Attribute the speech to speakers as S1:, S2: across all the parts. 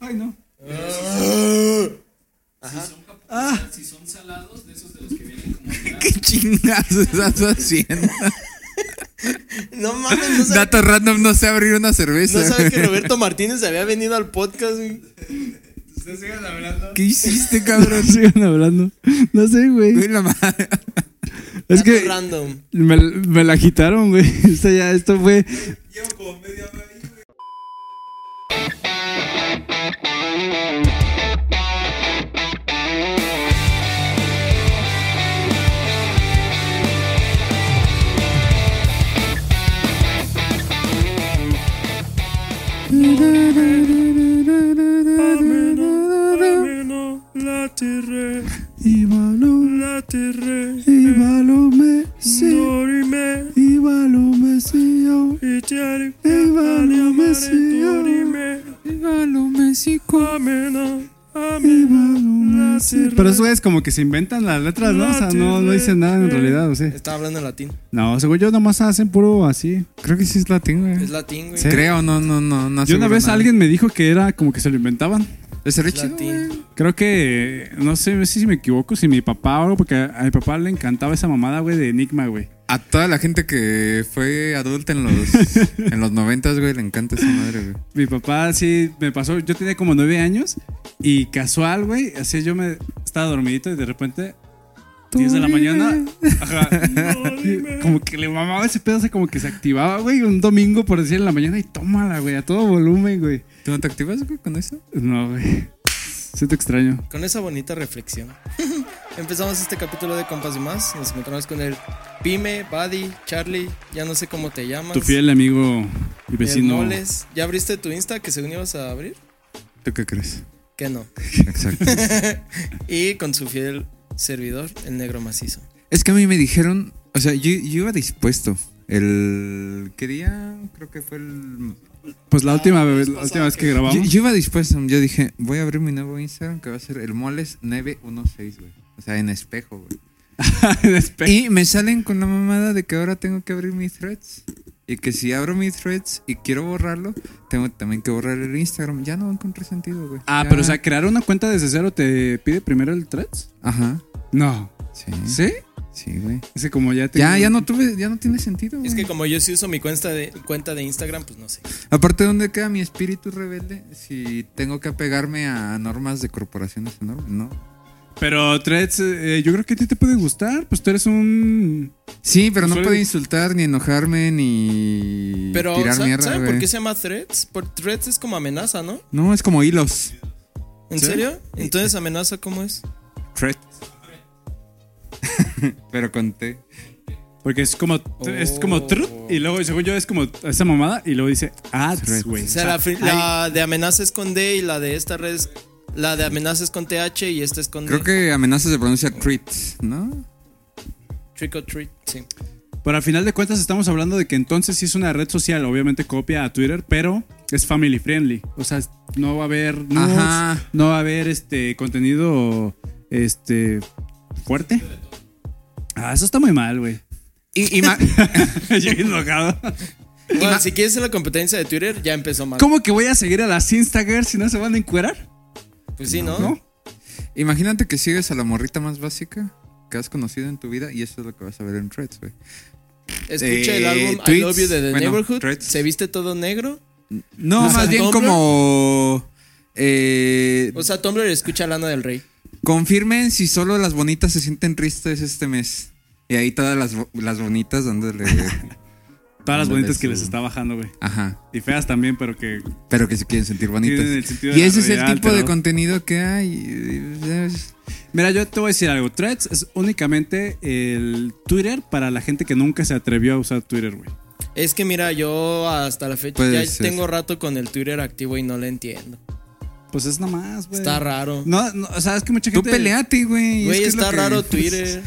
S1: Ay, no.
S2: Si son, cap-
S1: Ah.
S2: o sea, si son salados, de esos de los que vienen como en
S3: ¿Qué chingados estás haciendo?
S4: No mames, no sabía,
S3: Dato random, no sé abrir una cerveza.
S4: no sabía que Roberto Martínez había venido al podcast, güey.
S2: Ustedes sigan hablando.
S3: ¿Qué hiciste, cabrón?
S1: Sigan hablando. No sé,
S3: Güey,
S1: güey.
S3: la madre.
S1: Es
S4: Dato
S1: que
S4: Random.
S1: me, me la quitaron, güey. Esto ya, esto fue. Y balón. La Y balón me. Sí. Y balón me. Sí. yo. Y balón me. Sí. ah. yo. Y balón me. Sí. co- Y balón me. Sí. Pero eso es como que se inventan las letras, ¿no? O sea, no, no dicen nada en realidad, o sea.
S4: Estaba hablando en latín.
S1: No, según yo nomás hacen puro así.
S3: Creo que sí es latín,
S4: Es
S3: güey.
S4: latín, güey.
S1: Sí.
S3: Creo, no, no, no. no
S1: Yo una
S3: aseguro
S1: vez
S3: nada.
S1: alguien me dijo que era como que se lo inventaban.
S3: Estaría
S4: Es
S3: chido,
S4: latín.
S3: güey.
S1: Creo que, no sé, no sé si me equivoco, si mi papá o algo, porque a mi papá le encantaba esa mamada, güey, de Enigma, güey.
S3: A toda la gente que fue adulta en los en los noventas, güey, le encanta esa madre, güey.
S1: Mi papá sí me pasó, yo tenía como nueve años y casual, güey, así yo me estaba dormidito y de repente, 10 de la mañana, ajá, como que le mamaba ese pedo, o sea, como que se activaba, güey, un domingo por decir en la mañana y tómala, güey, a todo volumen, güey.
S3: ¿Tú no te activas, güey, con eso?
S1: No, güey, siento extraño.
S4: Con esa bonita reflexión. Empezamos este capítulo de Compas y Más. Nos encontramos con el Pime, Buddy, Charlie, ya no sé cómo te llamas.
S1: Tu fiel amigo y
S4: El
S1: vecino.
S4: Moles. ¿Ya abriste tu Insta que según ibas a abrir?
S3: ¿Tú qué crees?
S4: Que no.
S3: Exacto.
S4: Y con su fiel servidor, el negro macizo.
S3: es que a mí me dijeron, o sea, yo, yo iba dispuesto. El ¿qué día? Creo que fue el
S1: Pues la última vez, la
S4: Ah,
S1: última
S4: pasado
S1: vez que
S4: que-
S3: Yo,
S1: grabamos.
S3: yo iba dispuesto, yo dije, voy a abrir mi nuevo Instagram que va a ser el Moles 916, güey. O sea, en espejo, güey.
S1: Despe-
S3: Y me salen con la mamada de que ahora tengo que abrir mis threads. Y que si abro mis threads y quiero borrarlo, tengo también que borrar el Instagram. Ya no encontré sentido, güey.
S1: Ah,
S3: Ya.
S1: pero o sea, crear una cuenta desde cero te pide primero el threads.
S3: Ajá.
S1: No.
S3: Sí.
S1: ¿Sí?
S3: Sí, güey.
S1: Ese como ya te.
S3: Ya, ya no tuve, ya no tiene sentido, güey.
S4: Es
S1: Mm.
S4: que como yo sí uso mi cuenta de, cuenta de Instagram, pues no sé.
S3: Aparte, ¿dónde queda mi espíritu rebelde si tengo que apegarme a normas de corporaciones enormes? No.
S1: Pero threads, eh, yo creo que a ti te puede gustar. Pues tú eres un.
S3: Sí, pero no
S1: Suele-
S3: puedo insultar, ni enojarme, ni
S4: Pero,
S3: tirar
S4: ¿sa-
S3: mierda,
S4: ¿saben
S3: güey.
S4: por qué se llama Threads? Por Threads es como amenaza, ¿no?
S3: No, es como hilos.
S4: ¿En
S1: ¿Sí?
S4: serio? Entonces, amenaza, ¿cómo es?
S3: Threat. pero con T.
S1: Porque es como. Es como. trut, y luego, según yo, es como esa mamada. Y luego dice. Ah,
S3: Threads.
S1: güey.
S4: O sea, la, fri- la de amenaza es con D y la de esta red es. La de amenaza es con TH y esta es con
S3: Creo
S4: D.
S3: que amenazas de pronuncia treat, ¿no?
S4: Trick or treat, sí.
S1: Pero al final de cuentas, estamos hablando de que entonces sí es una red social. Obviamente copia a Twitter, pero es family friendly. O sea, no va a haber. nudes,
S3: Ajá.
S1: No va a haber este contenido. Este. Fuerte. Ah, eso está muy mal, güey.
S3: Y, y ma-
S1: Yo bien enojado.
S4: Bueno, si quieres hacer la competencia de Twitter, ya empezó mal.
S1: ¿Cómo que voy a seguir a las Instagirls si no se van a encuerar?
S4: Pues sí, ¿no?
S1: ¿No?
S3: imagínate que sigues a la morrita más básica que has conocido en tu vida y eso es lo que vas a ver en Threads, güey.
S4: Escucha el
S3: Eh,
S4: álbum I
S3: tweets,
S4: Love You de The
S3: bueno,
S4: Neighborhood.
S3: threads.
S4: Se viste todo negro.
S3: No,
S4: O sea,
S3: más bien
S4: Tumblr.
S3: como... eh,
S4: O sea, Tumblr escucha a Lana del Rey.
S3: confirmen si solo las bonitas se sienten tristes este mes. Y ahí todas las, bo- las bonitas dándole...
S1: Todas las
S3: Ándale,
S1: bonitas que
S3: sí.
S1: les está bajando, güey.
S3: Ajá.
S1: Y feas también, pero que.
S3: Pero que se quieren sentir bonitas.
S1: Tienen el sentido
S3: Y
S1: de la
S3: ese es el tipo
S1: realidad
S3: de
S1: alterado.
S3: contenido que hay. y- y- es-
S1: Mira, yo te voy a decir algo. Threads es únicamente el Twitter para la gente que nunca se atrevió a usar Twitter, güey.
S4: Es que mira, yo hasta la fecha
S3: Puede
S4: ya
S3: ser.
S4: tengo rato con el Twitter activo y no lo entiendo.
S1: Pues es nomás, güey.
S4: Está raro.
S1: No, no, o sea, es que mucha
S3: Tú
S1: gente.
S3: peleate, güey. es
S4: Güey,
S3: que es lo
S4: está
S3: que- pues,
S4: raro Twitter.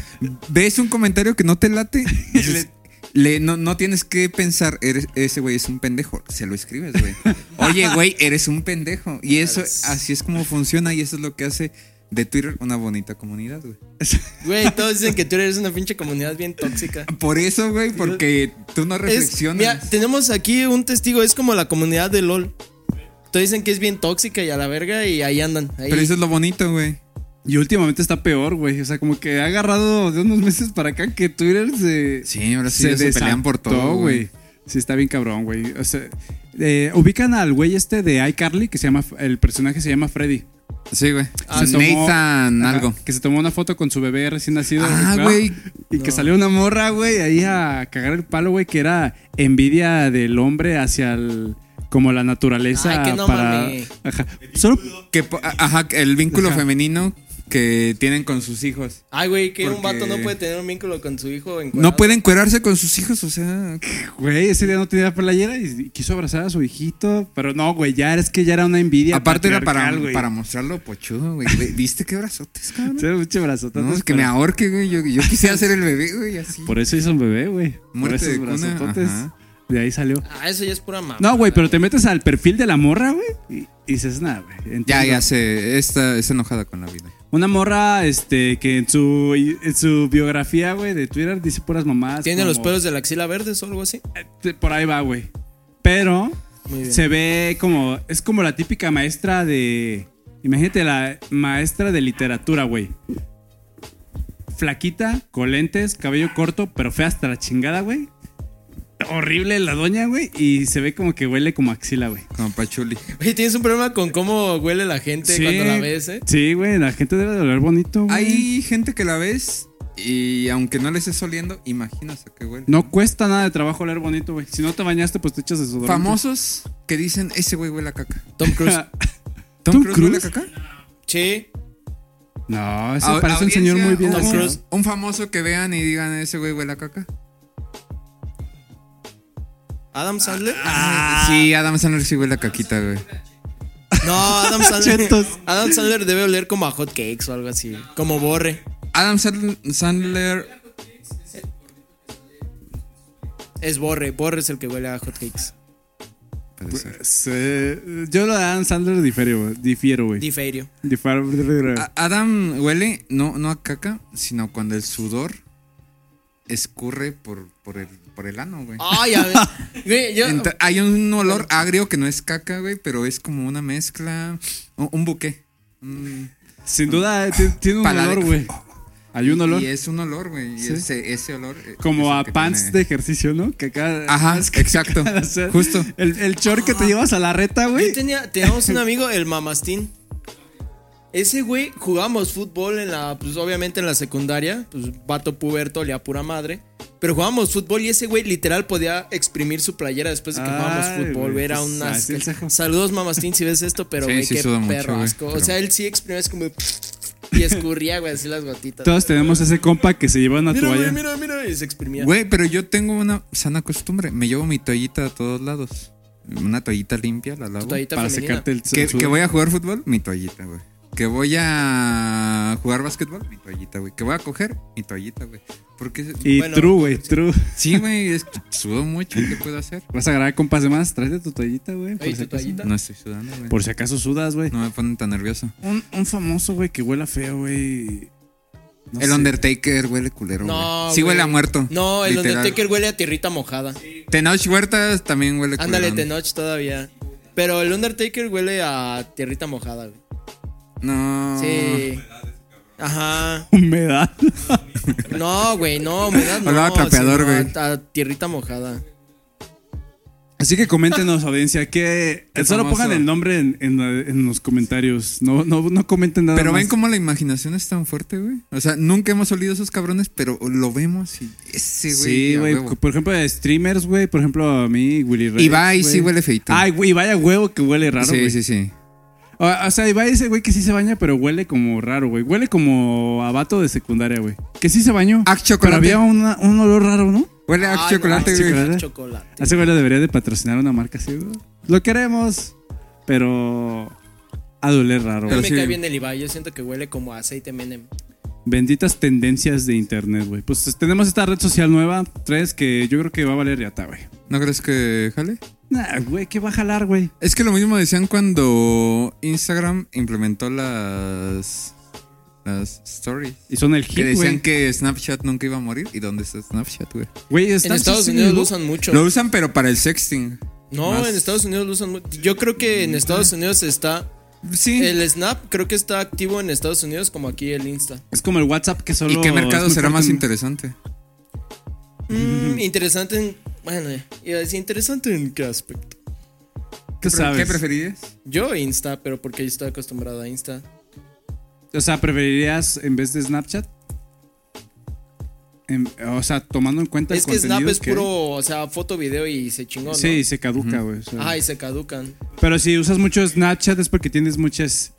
S3: ves un comentario que no te late, dices, le- no, no tienes que pensar, eres- ese güey es un pendejo, se lo escribes, güey. Oye, güey, eres un pendejo. Y eso, así es como funciona y eso es lo que hace de Twitter una bonita comunidad, güey.
S4: Güey, todos dicen que Twitter es una pinche comunidad bien tóxica.
S3: Por eso, güey, porque tú no
S4: Es, mira,
S3: reflexionas.
S4: tenemos aquí un testigo, es como la comunidad de LOL. Te dicen que es bien tóxica y a la verga y ahí andan. ahí.
S3: Pero eso es lo bonito, güey.
S1: Y últimamente está peor, güey. O sea, como que ha agarrado de unos meses para acá que Twitter se.
S3: Sí, ahora sí se, pelean por
S1: desató,
S3: todo, güey.
S1: Sí, está bien cabrón, güey. O sea, eh, ubican al güey este de iCarly, que se llama. El personaje se llama Freddy.
S3: Sí, güey.
S1: Ah, se tomó-
S3: Nathan
S1: Ajá,
S3: algo.
S1: Que se tomó una foto con su bebé recién nacido.
S3: Ah,
S1: ¿no?
S3: güey.
S1: Y que salió una morra, güey, ahí a cagar el palo, güey, que era envidia del hombre hacia el. Como la naturaleza.
S4: Ay, que no
S1: para,
S4: mames.
S1: Ajá. Solo
S3: Que, po- ajá, el vínculo
S1: Ajá.
S3: femenino que tienen con sus hijos.
S4: Ay, güey, que un
S3: Porque-
S4: vato no puede tener un vínculo con su hijo. encuadrado.
S3: No pueden cuerarse con sus hijos, o sea.
S1: Güey, ese día no tenía playera y quiso abrazar a su hijito, pero no, güey, ya es que ya era una envidia.
S3: Aparte era para,
S1: patriarcal, güey.
S3: para mostrarlo pochudo, güey. Ve- ¿Viste qué brazotes, cabrón?
S1: Sí, mucho brazo.
S3: No, es que me ahorque, güey. Yo, yo quisiera ser el bebé, güey, así.
S1: Por eso hizo un bebé, güey. Por
S3: Muerte
S1: esos
S3: de cuna,
S1: brazototes.
S3: ajá.
S1: De ahí salió.
S4: Ah, eso ya es pura mamá.
S1: No, güey, pero te metes al perfil de la morra, güey, y, y dices nada, güey. entiendo".
S3: Ya, ya sé. Esta es enojada con la vida.
S1: Una morra, este, que en su, en su biografía, güey, de Twitter dice puras mamás.
S4: Tiene los
S1: como- eh,
S4: pelos de la axila verdes o algo así.
S1: Te- Por ahí va, güey. Pero
S4: Muy bien.
S1: se ve como. Es como la típica maestra de. Imagínate la maestra de literatura, güey. Flaquita, con lentes, cabello corto, pero fea hasta la chingada, güey. Horrible la doña, güey. Y se ve como que huele como axila, güey.
S3: Como Pachuli.
S4: Oye, tienes un problema con cómo huele la gente cuando la ves, ¿eh?
S1: Sí, güey. La gente debe de oler bonito, güey.
S3: Hay gente que la ves y aunque no le estés oliendo, imaginas a qué huele.
S1: No cuesta nada de trabajo oler bonito, güey. Si no te bañaste, pues te echas desodorante.
S3: Famosos que dicen, ese güey huele a caca.
S4: Tom Cruise.
S3: ¿Tom,
S1: ¿Tom
S3: Cruise huele a
S1: Cruise?
S3: caca?
S4: sí.
S1: No, ese
S3: A-
S1: parece un
S3: audiencia,
S1: señor muy bien.
S3: un-
S4: Tom
S1: aseado.
S4: Cruise.
S3: Un famoso que vean y digan, ese güey huele a caca.
S4: Adam Sandler.
S1: Ah.
S3: Sí, Adam Sandler sí huele a caquita, güey.
S4: No, Adam Sandler.
S1: Chetos.
S4: Adam Sandler debe oler como a hot cakes o algo así. Como borre.
S3: Adam Sandl- Sandler.
S4: Es borre. Borre es el que huele a hot cakes.
S3: Puede ser.
S1: Pues, eh, yo lo de Adam Sandler difiero, güey. Difiero, güey.
S4: Diferio.
S1: Difiero, difiero.
S3: A- Adam huele no, no a caca, sino cuando el sudor escurre por, por, el, por el ano, güey.
S4: Ay, a ver. Güey, yo-
S3: Ent- hay un olor agrio que no es caca, güey, pero es como una mezcla, un, un buque. un-
S1: Sin duda, eh, ti- tiene un
S3: Palade-
S1: olor, güey. Hay un olor
S3: Y es un olor, güey. y
S1: Sí.
S3: ese, ese olor. eh, es
S1: como
S3: el
S1: a
S3: que
S1: pants
S3: tiene-
S1: de ejercicio, ¿no? Que acá.
S3: Ajá, exacto.
S1: o sea,
S3: Justo.
S1: El, el short que te llevas a la reta,
S4: Yo
S1: güey.
S4: tenía, teníamos un amigo, el Mamastín. Ese güey jugábamos fútbol en la, pues obviamente en la secundaria, pues vato puberto, le pura madre. Pero jugábamos fútbol y ese güey literal podía exprimir su playera después de que
S1: Ay,
S4: jugábamos fútbol.
S1: güey,
S4: güey, Era
S1: pues,
S4: un
S1: así el
S4: asco.
S1: saco.
S4: Saludos Mamastín si ves esto, pero
S3: Sí,
S4: güey,
S3: sí
S4: qué
S3: suda mucho,
S4: perro
S3: güey,
S4: asco. O
S3: pero-
S4: sea, él sí exprimía es como y escurría, güey, así las gotitas.
S1: Todos tenemos ese compa que se lleva una
S4: mira,
S1: toalla.
S4: güey, mira, mira, y se exprimía.
S3: Güey, pero yo tengo una sana costumbre. Me llevo mi toallita a todos lados. Una toallita limpia, la lavo.
S4: toallita
S1: para
S4: femenina.
S1: secarte el
S3: Que,
S1: sudor.
S3: que voy a jugar fútbol, mi toallita, güey. Que voy a jugar básquetbol, mi toallita, güey. Que voy a coger, mi toallita, güey. Porque
S1: Y
S4: Bueno.
S1: true, güey, true.
S3: pues, sí, güey, es que sudo mucho, ¿qué puedo hacer?
S1: Vas a agarrar compas de más. Tráete tu toallita, güey. Por, si
S4: Oye, tu
S1: acaso-
S4: toallita.
S3: No estoy sudando, güey.
S1: por si acaso sudas, güey.
S3: No me ponen tan nervioso.
S1: Un, un famoso, güey, que huela feo, güey. No
S3: el
S1: sé.
S3: Undertaker huele culero, güey.
S4: No,
S3: sí
S4: güey.
S3: huele a muerto.
S4: No, el
S3: literal.
S4: Undertaker huele a tierrita mojada.
S3: Tenoch Huertas también huele culero.
S4: Ándale, Tenoch todavía. Pero el Undertaker huele a tierrita mojada, güey.
S3: No.
S4: Sí. Ajá.
S1: Humedad.
S4: No, güey, no, humedad no.
S3: Olor a trapeador,
S4: sino
S3: güey.
S4: A, a tierrita mojada.
S1: Así que coméntenos, audiencia, que
S3: Qué
S1: solo
S3: famoso.
S1: pongan el nombre en, en- en los comentarios. No, no, no comenten nada.
S3: Pero
S1: más.
S3: ven cómo la imaginación es tan fuerte, güey. O sea, nunca hemos olido esos cabrones, pero lo vemos y ese, güey.
S1: Sí,
S3: a
S1: güey.
S3: huevo.
S1: Por ejemplo, de streamers, güey. Por ejemplo, a mí, Willy Reyes.
S3: Ibai sí huele feito.
S1: Ay, güey, vaya huevo que huele raro,
S3: sí,
S1: güey.
S3: sí, sí.
S1: O, o sea, Ibai ese güey que sí se baña, pero huele como raro, güey. Huele como a vato de secundaria, güey. Que sí se bañó.
S3: Axe Ah, chocolate.
S1: Pero había una- un olor raro, ¿no?
S3: Huele a
S4: Ay,
S3: Ah, chocolate,
S4: no,
S3: güey.
S1: chocolate.
S4: chocolate.
S1: A ese güey le debería de patrocinar una marca así, güey. Lo queremos, pero... Ha de oler raro,
S4: No
S1: güey.
S4: me
S3: sí.
S4: cae bien el Ibai, yo siento que huele como a aceite M&M. Menem.
S1: Benditas tendencias de internet, güey. Pues tenemos esta red social nueva, tres, que yo creo que va a valer yata, güey.
S3: ¿No crees que jale?
S1: Nah, güey, ¿qué va a jalar, güey?
S3: Es que lo mismo decían cuando Instagram implementó las, las stories.
S1: Y son el
S3: Que
S1: hit,
S3: decían
S1: güey.
S3: que Snapchat nunca iba a morir. ¿Y dónde está Snapchat, güey?
S1: Güey,
S4: En
S1: Snapchat
S4: Estados
S1: sí
S4: Unidos
S1: llegó-
S4: lo usan mucho.
S3: Lo usan, pero para el sexting.
S4: No,
S3: Más-
S4: en Estados Unidos lo usan. muy- Yo creo que en Estados Unidos está.
S3: Sí.
S4: El Snap creo que está activo en Estados Unidos, como aquí el Insta.
S1: Es como el WhatsApp que solo.
S3: ¿Y qué mercado
S1: es muy
S3: será más
S1: fuerte en-
S3: interesante?
S4: Mm, interesante en. Bueno, iba a decir, interesante en qué aspecto.
S1: ¿Qué sabes?
S3: ¿Qué preferirías?
S4: Yo Insta, pero porque yo estoy acostumbrado a Insta.
S1: O sea, ¿preferirías en vez de Snapchat? En- o sea, tomando en cuenta
S4: Es
S1: el
S4: que Snap
S1: contenido
S4: es
S1: que-
S4: puro, o sea, foto, video y se chingó, ¿no? Ah,
S1: Sí, se caduca, güey. o sea.
S4: Ajá, y se caducan.
S1: Pero si usas mucho Snapchat es porque tienes muchas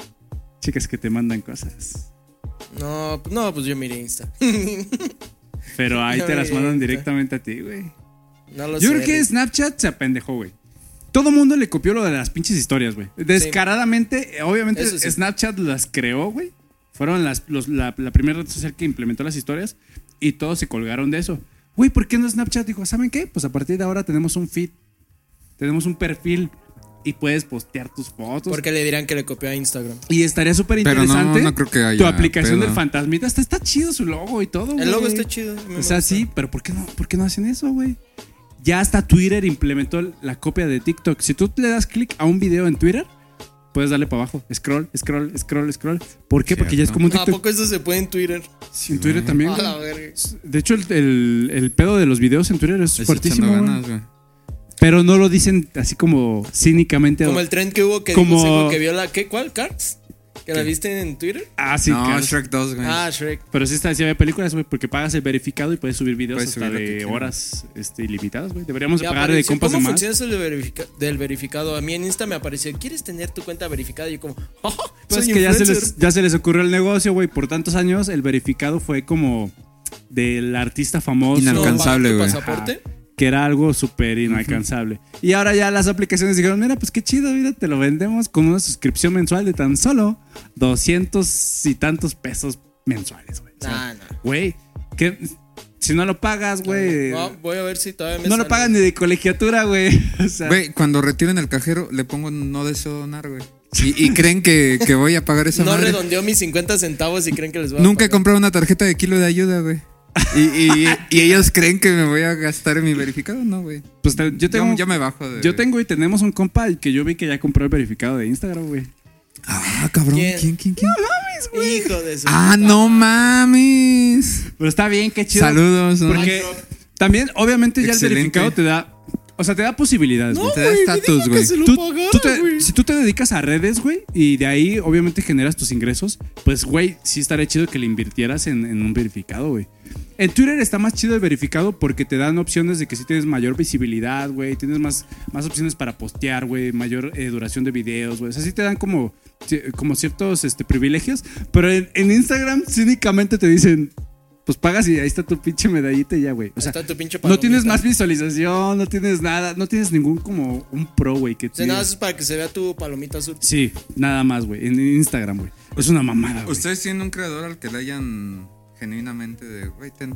S1: chicas que te mandan cosas.
S4: No, no, pues yo miré Insta.
S1: Pero ahí te las mandan
S4: Ahorita.
S1: directamente a ti, güey.
S4: No lo
S1: Yo
S4: sé.
S1: creo que Snapchat se apendejó, güey. Todo mundo le copió lo de las pinches historias, güey. Descaradamente, eh, obviamente
S4: Eso sí.
S1: Snapchat las creó, güey. Fueron las, los- la, la primera red social que implementó las historias y todos se colgaron de eso. Güey, ¿por qué no Snapchat dijo, ¿saben qué? Pues a partir de ahora tenemos un feed, tenemos un perfil y puedes postear tus fotos.
S4: Porque le dirán que le copió a Instagram.
S1: Y estaría súper
S3: Pero no,
S1: interesante.
S3: no creo que haya
S1: Tu aplicación
S3: pedo.
S1: del fantasmita está, está chido su logo y todo, güey.
S4: El logo está chido. a mí me
S1: O sea,
S4: gusta.
S1: sí, pero ¿por qué no, por qué no hacen eso, güey? Ya hasta Twitter implementó la copia de TikTok. Si tú le das clic a un video en Twitter, puedes darle para abajo. Scroll, scroll, scroll, scroll. ¿Por qué? Porque ya es
S3: Cierto.
S1: como un
S4: ¿A
S1: TikTok.
S4: poco eso se puede en Twitter?
S1: Sí, en Twitter también.
S4: Ah, A
S1: güey.
S4: la verga.
S1: De hecho, el, el- el pedo de los videos en Twitter es
S3: Les
S1: fuertísimo.
S3: echando
S1: güey.
S3: ganas, güey.
S1: Pero no lo dicen así como cínicamente.
S4: Como el trend que hubo que
S1: Como-
S4: dijo Seco que vio la. ¿Qué? ¿Cuál? ¿Cards? ¿Que la viste en Twitter?
S1: Ah, sí,
S3: no,
S1: claro.
S3: Shrek 2, güey.
S4: Ah, Shrek.
S1: Pero sí está, sí había películas, güey, porque pagas el verificado y puedes subir videos
S3: Puedes
S1: hasta
S3: subir lo que
S1: de
S3: quieras.
S1: horas este, ilimitadas, güey. Deberíamos
S4: Me
S1: pagar de
S4: apareció-
S1: compas de
S4: ¿Cómo
S1: más.
S4: funciona eso del, verifica- del verificado? A mí en Insta me apareció, ¿quieres tener tu cuenta verificada? Y yo como, ¡oh!
S1: Pues
S4: soy
S1: que ya se,
S4: influencer".
S1: les, ya se les ocurrió el negocio, güey. Por tantos años, el verificado fue como del artista famoso.
S4: No,
S3: Inalcanzable. alcanzable,
S4: ¿tu
S3: güey.
S4: pasaporte?
S1: Ajá, que era algo súper inalcanzable. Y ahora ya las aplicaciones dijeron, mira, pues qué chido, mira, te lo vendemos con una suscripción mensual de tan solo 200 y tantos pesos mensuales, güey. O sea,
S4: Nah, nah.
S1: Güey, que si no lo pagas, güey.
S4: No, voy a ver si todavía me
S1: No lo
S4: sale.
S1: pagan ni de colegiatura, güey. O sea,
S3: Güey, cuando retiren el cajero, le pongo no deseo donar, güey. Y, y creen que, que voy a pagar esa
S4: No
S3: madre.
S4: redondeó mis 50 centavos y creen que les voy a
S3: Nunca he
S4: pagar.
S3: comprado una tarjeta de kilo de ayuda, güey. Y, y- y ellos creen que me voy a gastar mi verificado, no, güey.
S1: pues te- yo tengo.
S3: Yo, yo me bajo de.
S1: yo tengo y tenemos un compa que yo vi que ya compró el verificado de Instagram, güey.
S3: Ah, cabrón.
S4: ¿Quién?
S3: ¿Quién, quién, quién?
S4: Hijo de su.
S3: Ah, no mames.
S1: Pero está bien, qué chido.
S3: Saludos. ¿no?
S1: Porque también, obviamente, ya el
S3: Excelente.
S1: verificado te da. O sea, te da posibilidades, güey.
S3: Te da estatus, güey.
S1: Tú- tú te- si tú te dedicas a redes, güey, y de ahí obviamente generas tus ingresos, pues, güey, sí estaría chido que le invirtieras en, en un verificado, güey. En Twitter está más chido el verificado porque te dan opciones de que sí tienes mayor visibilidad, güey, tienes más, más opciones para postear, güey, mayor eh, duración de videos, güey. O sea, sí te dan como, como ciertos este, privilegios, pero en, en Instagram cínicamente te dicen, pues pagas y ahí está tu pinche medallita y ya, güey. O sea,
S4: Está tu pinche
S1: no tienes
S4: palomita.
S1: más visualización, no tienes nada, no tienes ningún como un pro, güey, que
S4: O sea,
S1: te-
S4: nada, eso es para que se vea tu palomita azul.
S1: Sí, nada más, güey. En Instagram, güey. Es una mamada, güey.
S3: Ustedes tienen un creador al que le hayan genuinamente de, güey, ten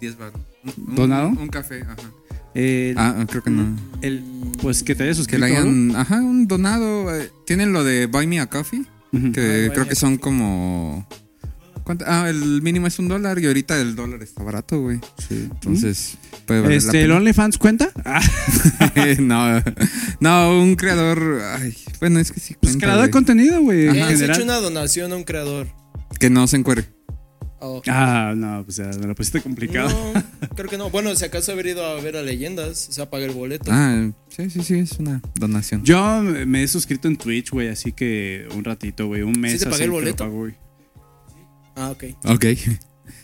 S3: 10 baros. Un- un-
S1: ¿Donado?
S3: Un café, ajá.
S1: El,
S3: Ah, creo que no.
S1: el- pues que te hayas
S3: Que
S1: suscrito.
S3: le
S1: ¿no?
S3: hayan, ajá, un donado. eh, Tienen lo de Buy Me a Coffee,
S1: Ujú.
S3: que
S4: Ah, Buy
S3: creo
S4: Me
S3: que
S4: a
S3: son como. ¿cuánto? Ah, el mínimo es un dólar y ahorita el dólar está barato, güey. Entonces, puede valer
S1: Este, ¿El
S3: la
S1: OnlyFans cuenta? Ah,
S3: pena. no, no, un creador. Ay, bueno, es que sí.
S1: pues
S3: cuenta,
S1: creador de
S3: güey.
S1: contenido, güey. en
S4: Eh, Has
S1: general.
S4: hecho una donación a un creador.
S3: Que no se encuere.
S4: Oh.
S1: Ah, no, pues ya me lo pusiste complicado.
S4: No, creo que no. Bueno, si acaso haber ido a ver a leyendas, o sea, paga el boleto.
S3: Ah, sí, sí, sí, es una donación.
S1: Yo me he suscrito en Twitch, güey, así que un ratito, güey, un mes.
S4: te pagué
S1: así
S4: el
S1: lo
S4: boleto?
S1: pago, güey.
S4: Ah, ok.
S3: Ok.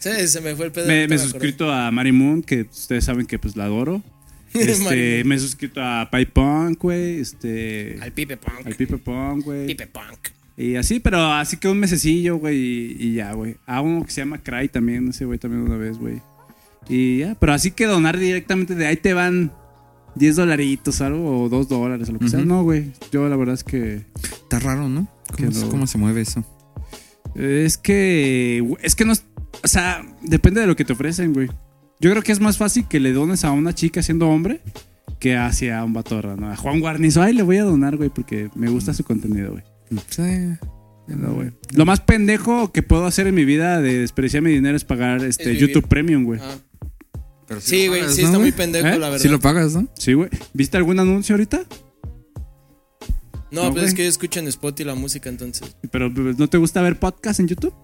S4: Sí, se me fue el pedo.
S1: Me, me he
S4: ahorita acordé.
S1: suscrito a Mary Moon, que ustedes saben que pues la adoro.
S4: Mary
S1: Este,
S4: Moon.
S1: me he suscrito a PyPunk, güey. Este,
S4: Al Pipe Punk.
S1: al Pipe Punk, güey.
S4: Pipe Punk.
S1: Y así, pero así que un mesecillo, güey, y, y ya, güey. A uno que se llama Cry también, ese güey también una vez, güey. Y ya, pero así que donar directamente de ahí te van 10 dolaritos o algo, o 2 dólares o lo que sea.
S3: Ujú.
S1: No, güey, yo la verdad es que...
S3: Está raro, ¿no?
S1: Que
S3: ¿Cómo, se-
S1: no.
S3: cómo se mueve eso?
S1: Es que... Es que no... es- O sea, depende de lo que te ofrecen, güey. Yo creo que es más fácil que le dones a una chica siendo hombre que hacia un batorra, ¿no? A Juan Guarnizo, ay, le voy a donar, güey, porque me gusta su contenido, güey.
S3: Sí.
S1: No, güey. Lo más pendejo que puedo hacer en mi vida de despreciar mi dinero es pagar este
S4: Es vivir.
S1: YouTube Premium, güey.
S4: Ah,
S3: Pero si
S4: Sí,
S3: lo
S4: güey,
S3: pagas,
S4: sí
S3: ¿no,
S4: está muy
S3: güey?
S4: pendejo,
S1: ¿Eh?
S4: la verdad.
S3: Si lo pagas, ¿no?
S1: Sí, güey. ¿Viste algún anuncio ahorita?
S4: No,
S1: No,
S4: pero es
S1: güey.
S4: que yo escucho en Spotify la música, entonces.
S1: Pero pues, ¿no te gusta ver podcast en YouTube?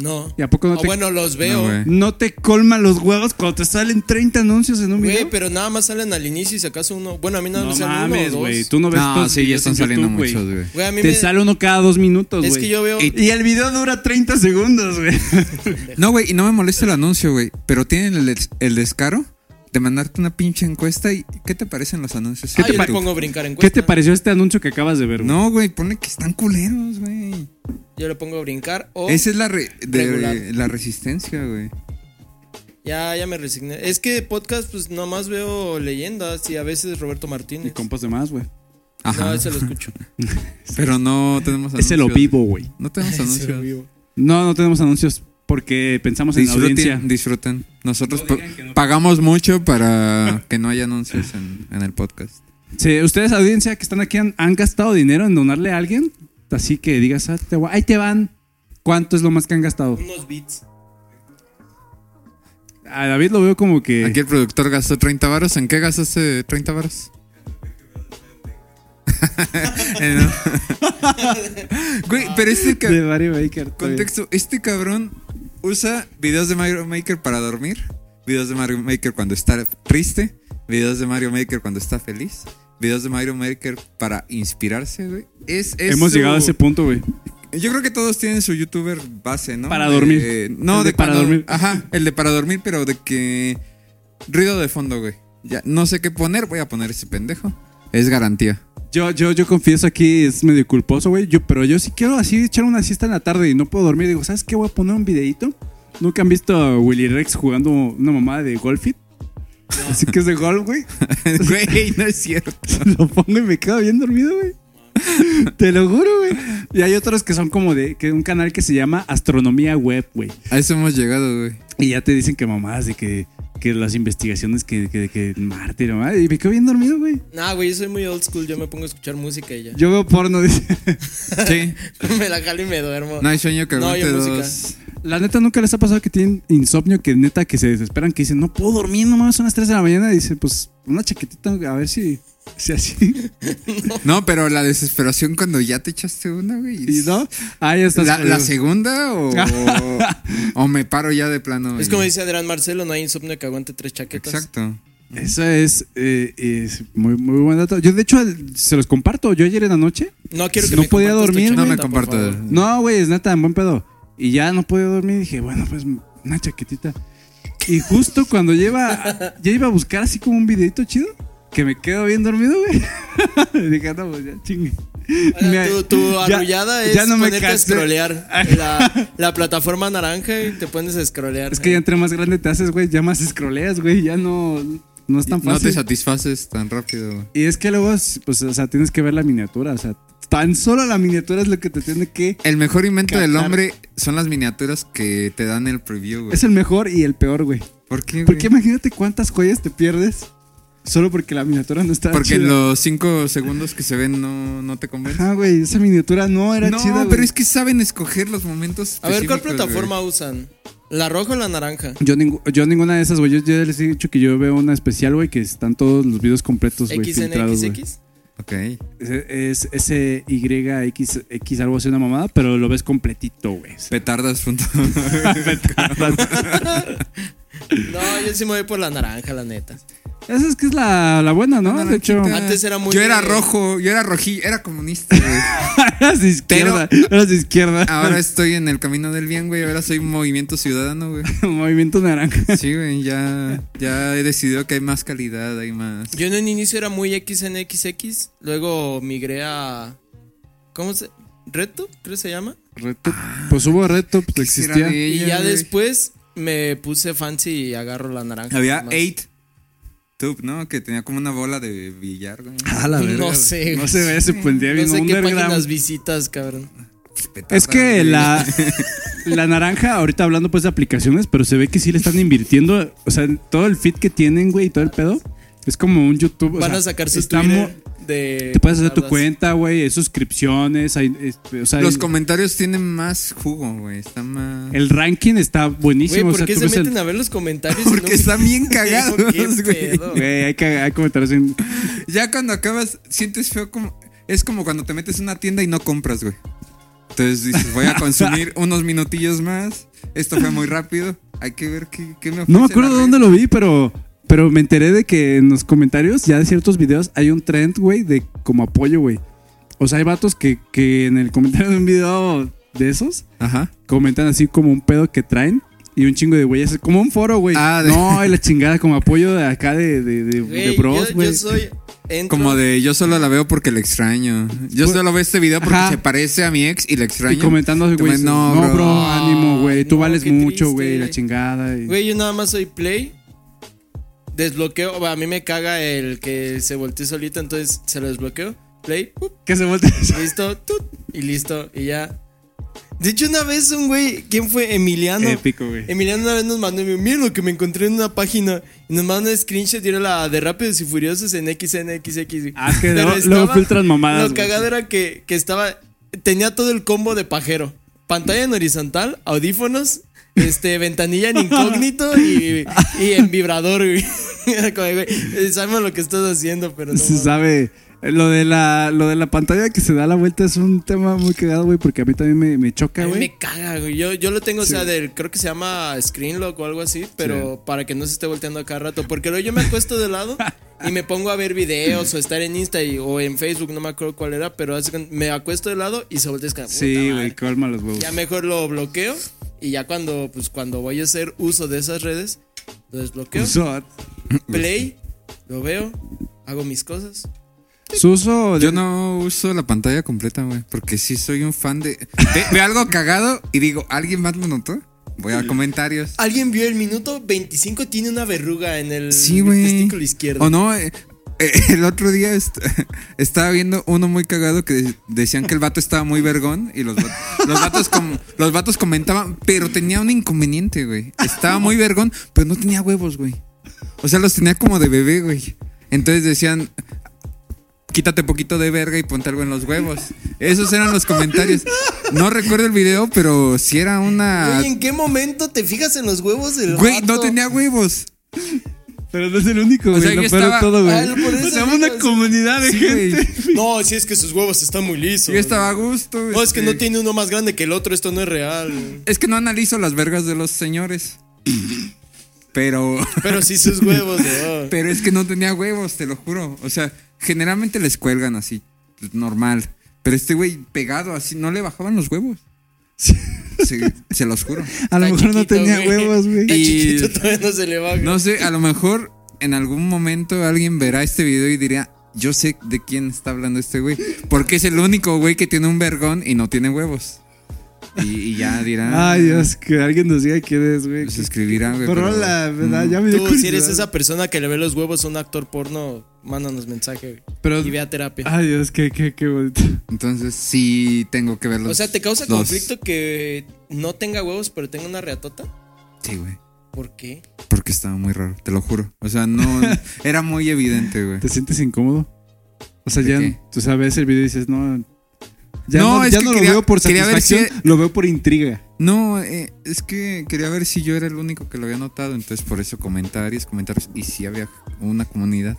S4: No.
S1: ¿Y a poco no
S4: O
S1: te,
S4: Ah, bueno, los veo.
S3: No, güey.
S1: no te colman los huevos cuando te salen 30 anuncios en un
S4: güey,
S1: video?
S4: pero nada más salen al inicio y si acaso uno. Bueno, a mí nada
S1: no
S4: más salen
S1: mames,
S4: uno o
S1: güey.
S4: dos.
S1: Tú no ves
S3: No,
S1: todos
S3: sí,
S1: los
S3: ya
S1: videos
S3: están
S1: en
S3: saliendo
S1: YouTube,
S3: muchos, güey.
S4: Güey, a mí
S1: Te
S4: me-
S1: sale uno cada dos minutos, güey.
S4: Es que yo veo.
S3: Y-
S1: Y el video dura 30 segundos, güey.
S3: No, güey, y no me molesta el anuncio, güey. Pero tienen el, des- el descaro de mandarte una pinche encuesta y ¿qué te parecen los anuncios?
S4: ¿Qué
S3: en
S4: Ah, te
S3: YouTube?
S4: pongo a brincar en
S1: ¿Qué te pareció este anuncio que acabas de ver, güey?
S3: No, güey, pone que están culeros, güey.
S4: Yo le pongo a brincar o.
S3: Esa es la, re- de-
S4: Oh, regular.
S3: la resistencia, güey.
S4: Ya, ya me resigné. Es que podcast, pues nada más veo leyendas y a veces Roberto
S1: Y
S4: Martínez.
S1: compas de más, güey.
S3: Ajá.
S4: No, ese lo escucho.
S3: Pero no tenemos anuncios.
S1: Ese lo vivo, güey.
S3: No tenemos
S4: Ese lo
S3: anuncios.
S4: vivo.
S1: No, no tenemos anuncios porque pensamos en la audiencia.
S3: Disfruten, disfruten. Nosotros pa- pagamos mucho para que no haya anuncios en, en el podcast.
S1: Sí, ustedes, audiencia que están aquí, han, han gastado dinero en donarle a alguien. Así que digas, "Ah, te voy- ahí te van. ¿Cuánto es lo más que han gastado?
S4: Unos beats.
S1: A David lo veo como que.
S3: Aquí el productor gastó 30 varos. ¿En qué gastaste 30 varos? Eh, no. Güey, pero este
S1: de
S3: ca-
S1: Barry Baker. está bien.
S3: contexto, este cabrón usa videos de Mario Maker para dormir, videos de Mario Maker cuando está triste, videos de Mario Maker cuando está feliz, videos de Mario Maker para inspirarse, güey. Es, es
S1: Hemos
S3: su-
S1: llegado a ese punto, güey.
S3: Yo creo que todos tienen su youtuber base, ¿no?
S1: Para dormir.
S3: Eh, no,
S1: El
S3: de,
S1: de para
S3: cuando-
S1: dormir.
S3: Ajá, el de para dormir, pero de que. Ruido de fondo, güey. Ya, no sé qué poner, voy a poner ese pendejo. Es garantía.
S1: Yo, yo, yo confieso aquí, es medio culposo, güey. Yo, pero yo sí quiero así echar una siesta en la tarde y no puedo dormir. Digo, ¿sabes qué? Voy a poner un videito. Nunca han visto a Willy Rex jugando una mamada de golfit. Así que es de golf, güey.
S3: Güey, no es cierto.
S1: Lo pongo y me quedo bien dormido, güey. Te lo juro, güey. Y hay otros que son como de que un canal que se llama Astronomía Web, güey.
S3: A eso hemos llegado, güey.
S1: Y ya te dicen que mamadas de que, que las investigaciones que, que, que Marte y la mamada. Y me quedo bien dormido, güey.
S4: Nah, güey, yo soy muy old school. Yo me pongo a escuchar música y ya.
S1: Yo veo porno, dice.
S3: Sí.
S4: me la jalo y me duermo.
S3: No hay sueño que
S4: No,
S3: aguante
S4: yo música.
S3: dos.
S1: La neta nunca les ha pasado que tienen insomnio, que neta que se desesperan, que dicen, no puedo dormir, no mames, son las 3 de la mañana. Y dicen, pues una chaquetita, a ver si, si así.
S3: No, pero la desesperación cuando ya te echaste una, güey.
S1: Y no, ahí estás.
S3: ¿La, la segunda o, o me paro ya de plano?
S4: Es
S3: güey?
S4: como dice Adrián Marcelo, no hay insomnio que aguante tres chaquetas.
S3: Exacto.
S1: Eso es, eh, es muy, muy buen dato. Yo, de hecho, al- se los comparto. Yo ayer en la noche.
S4: No quiero que
S1: No
S4: me
S1: podía
S4: compartas tu
S1: dormir,
S4: chaqueta,
S3: No me
S4: por
S3: comparto.
S4: favor.
S1: No, güey, es neta, buen pedo. Y ya no podía dormir. Dije, bueno, pues una chaquetita. Y justo cuando lleva, ya iba a buscar así como un videito chido, que me quedo bien dormido, güey. Dije, no, pues ya chingue.
S4: Ahora,
S1: Me-
S4: tu, tu
S1: ya-
S4: arrullada es
S1: ya no me
S4: ponerte a
S1: casé.
S4: scrollear la, la plataforma naranja y te pones a scrollear.
S1: Es que ya entre más grande te haces, güey, ya más scrolleas, güey. Ya no, no es tan
S3: No
S1: fácil.
S3: te satisfaces tan rápido, güey.
S1: y es que luego, pues, o sea, tienes que ver la miniatura. O sea, tan solo la miniatura es lo que te tiene que
S3: El mejor invento del
S1: Captar.
S3: hombre son las miniaturas que te dan el preview, güey.
S1: Es el mejor y el peor, güey.
S3: ¿Por qué, güey?
S1: Porque imagínate cuántas joyas te pierdes solo porque la miniatura no estaba
S3: Porque
S1: chida.
S3: los cinco segundos que se ven no, no te convence.
S1: Ajá, güey, esa miniatura no era
S3: no,
S1: chida.
S3: pero
S1: güey.
S3: es que saben escoger los momentos.
S4: A ver, ¿cuál
S3: específicos,
S4: plataforma usan? ¿La roja o la naranja?
S1: Yo, ningú- yo ninguna de esas, güey. Yo ya les he dicho que yo veo una especial, güey, que están todos los videos completos, güey, filtrados, güey.
S4: ¿XNXX?
S3: güey. Ok.
S1: Es ese YXX, algo así, una mamada, pero lo ves completito, güey.
S3: Petardas. punto.
S4: No, yo sí me voy por la naranja, la neta.
S1: Esa es que es la, la buena, ¿no?
S3: Una
S1: de hecho,
S3: naranjita.
S4: Antes era muy
S3: Yo era
S4: de-
S3: rojo, yo era rojillo, era comunista, güey.
S1: eras de izquierda. Eras de izquierda.
S3: Ahora estoy en el camino del bien, güey. Ahora soy movimiento ciudadano, güey.
S1: Movimiento naranja.
S3: Sí, güey, ya, ya he decidido que hay más calidad, hay más.
S4: Yo en un inicio era muy XNXX, luego migré a... ¿Cómo se...? ¿Reto? Creo que se llama.
S1: Reto. Pues hubo reto, pues
S3: Ah, Quisiera
S1: existía.
S3: de
S4: Y
S3: ella,
S4: ya
S3: güey.
S4: después me puse fancy y agarro la naranja.
S3: Había
S4: más.
S3: eight Tube, ¿no? Que tenía como una bola de billar, güey.
S1: Ah, la verga,
S4: No
S1: güey.
S4: sé,
S1: No
S4: güey.
S1: se pues, ve, se pondría bien
S4: No sé qué
S1: underground.
S4: páginas visitas, cabrón.
S3: Petarda,
S1: Es que
S3: güey.
S1: la, la naranja, ahorita hablando pues de aplicaciones, pero se ve que sí le están invirtiendo. O sea, todo el feed que tienen, güey, y todo el pedo. Es como un YouTube. o
S4: Van
S1: sea,
S4: a sacar su
S1: está
S4: Twitter.
S1: mo-
S4: de.
S1: Te puedes hacer tu
S4: las-
S1: cuenta, güey, hay suscripciones, hay, es- o sea,
S3: Los
S1: el-
S3: comentarios tienen más jugo, güey. Está más.
S1: el ranking está
S4: Güey,
S1: buenísimo.
S4: ¿por
S1: o sea,
S4: qué
S1: tú
S4: se
S1: ves el-
S4: meten a ver los comentarios?
S3: Porque están bien cagados,
S4: ¿Qué
S3: güey.
S4: pedo?
S1: Güey, hay, que- hay comentarios en-
S3: Ya cuando acabas, sientes feo como. Es como cuando te metes a una tienda y no compras, güey. Entonces dices, voy a consumir unos minutillos más. Esto fue muy rápido. Hay que ver qué, qué me
S1: No me
S3: ofrece
S1: acuerdo
S3: la
S1: dónde
S3: red.
S1: lo vi, pero, pero me enteré de que en los comentarios ya de ciertos videos hay un trend, güey, de como apoyo, güey. O sea, hay vatos que, que en el comentario de un video de esos
S3: Ajá.
S1: comentan así como un pedo que traen y un chingo de güeyes. Como un foro, güey.
S3: Ah, de-
S1: No, y la chingada, como apoyo de acá de, de, de- de
S4: Güey,
S1: bros,
S4: yo,
S1: güey.
S4: yo soy. entro-
S3: Como de yo solo la veo porque la extraño. Yo solo veo este video porque
S1: Pues, Ajá.
S3: se parece a mi ex y la
S1: Y
S3: extraño.
S1: comentando, así,
S3: Te
S1: güey,
S3: me-
S1: no,
S3: no,
S1: bro,
S3: bro.
S1: ánimo, güey, tú
S4: No,
S1: vales
S4: qué
S1: mucho, güey,
S4: triste.
S1: la chingada. y-
S4: Güey, yo nada más soy play. Desbloqueo. A mí me caga el que se voltee solito, entonces se lo desbloqueo. Play. up,
S1: Que se voltea.
S4: Listo, tut, y listo, y ya. De hecho, una vez un güey, ¿quién fue? Emiliano.
S1: Épico, güey.
S4: Emiliano una vez nos mandó, y me dijo, mira lo que me encontré en una página. Y nos mandó un screenshot y era la de Rápidos y Furiosos en XNXX.
S1: Ah, es que
S4: Pero
S1: luego-
S4: estaba-
S1: luego filtran mamadas,
S4: Lo
S1: güey.
S4: cagado era que, que estaba. Tenía todo el combo de pajero: pantalla en horizontal, audífonos, este, ventanilla en incógnito y, y en vibrador, güey. Era como, güey, Sabemos lo que estás haciendo, pero no.
S1: Se
S4: mames.
S1: sabe. Lo de, la, lo de la pantalla que se da la vuelta es un tema muy cagado, güey, porque a mí también me, me choca,
S4: A mí
S1: güey.
S4: me caga, güey. Yo, yo lo tengo,
S1: Sí.
S4: o sea, del, creo que se llama screen lock o algo así, pero para que no se esté volteando a cada rato. Porque luego yo me acuesto de lado y me pongo a ver videos o estar en Insta y- o en Facebook, no me acuerdo cuál era, pero hace cuenta- me acuesto de lado y se voltea es como,
S1: Sí,
S4: puta
S1: güey,
S4: madre.
S1: calma los huevos.
S4: Ya mejor lo bloqueo y ya cuando, pues, cuando voy a hacer uso de esas redes, lo desbloqueo,
S1: Uso,
S4: play, lo veo, hago mis cosas.
S1: su uso de-
S3: Yo no uso la pantalla completa, güey. Porque sí soy un fan de. Ve, veo algo cagado y digo, ¿alguien más lo notó? Voy a comentarios.
S4: ¿Alguien vio el minuto 25? Tiene una verruga en el
S3: Sí, güey.
S4: testículo izquierdo.
S3: O no, eh, eh, el otro día est- estaba viendo uno muy cagado que de- decían que el vato estaba muy vergón y los, va- los, vatos, com- los vatos comentaban, pero tenía un inconveniente, güey. Estaba muy vergón, pero no tenía huevos, güey. O sea, los tenía como de bebé, güey. Entonces decían, quítate poquito de verga y ponte algo en los huevos. Esos eran los comentarios. No recuerdo el video, pero si era una...
S1: Ah,
S4: Güey, ¿en qué momento te fijas en los huevos del
S3: Güey, no
S4: vato?
S3: tenía huevos.
S1: Pero no es el único, güey.
S3: sea,
S1: lo
S3: yo
S1: peor de
S3: estaba-
S1: todo, güey.
S4: Ah, lo- por eso
S1: Somos
S4: digo,
S1: una
S4: sí.
S1: comunidad de
S3: Sí,
S1: gente.
S3: güey.
S4: No, si es que sus huevos están muy lisos.
S3: Yo estaba a gusto.
S4: No, es que no
S3: este,
S4: tiene uno más grande que el otro, esto no es real.
S3: Es que no analizo las vergas de los señores. Pero.
S4: Pero sí sus huevos, ¿no?
S3: Pero es que no tenía huevos, te lo juro. O sea, generalmente les cuelgan así, normal. Pero este güey pegado así, no le bajaban los huevos. Sí, se los juro.
S1: A lo
S4: Está
S1: mejor no
S4: chiquito,
S1: tenía
S4: güey.
S1: huevos, güey.
S4: Está
S3: Y-
S4: chiquito, todavía no se le baja.
S3: No sé, a lo mejor en algún momento alguien verá este video y dirá. Yo sé de quién está hablando este güey. Porque es el único güey que tiene un vergón y no tiene huevos. Y, y ya dirá.
S1: Ay, Dios, que alguien nos diga quién es, güey.
S3: Pues escribirá, güey.
S1: Pero
S3: pero- mm,
S1: la verdad, ya me dio
S4: Tú, si eres
S1: curiosidad.
S4: esa persona que le ve los huevos a un actor porno, mándanos mensaje güey,
S1: Pero-
S4: y ve a terapia.
S1: Ay, Dios, qué, qué, qué bonito.
S3: Entonces sí tengo que verlo.
S4: o sea, ¿te causa
S3: dos.
S4: conflicto que no tenga huevos, pero tenga una reatota?
S3: Sí, güey.
S4: ¿Por qué?
S3: Porque estaba muy raro, te lo juro. O sea, no. era muy evidente, güey.
S1: ¿Te sientes incómodo? O sea,
S3: ¿De
S1: ya,
S3: qué?
S1: tú sabes el video y dices, no. Ya no,
S3: No, es
S1: ya
S3: que
S1: no
S3: quería-
S1: lo veo por
S3: quería ver si-
S1: satisfacción, lo veo por intriga.
S3: No, eh, es que quería ver si yo era el único que lo había notado. Entonces, por eso comentarios, comentarios. Y sí había una comunidad.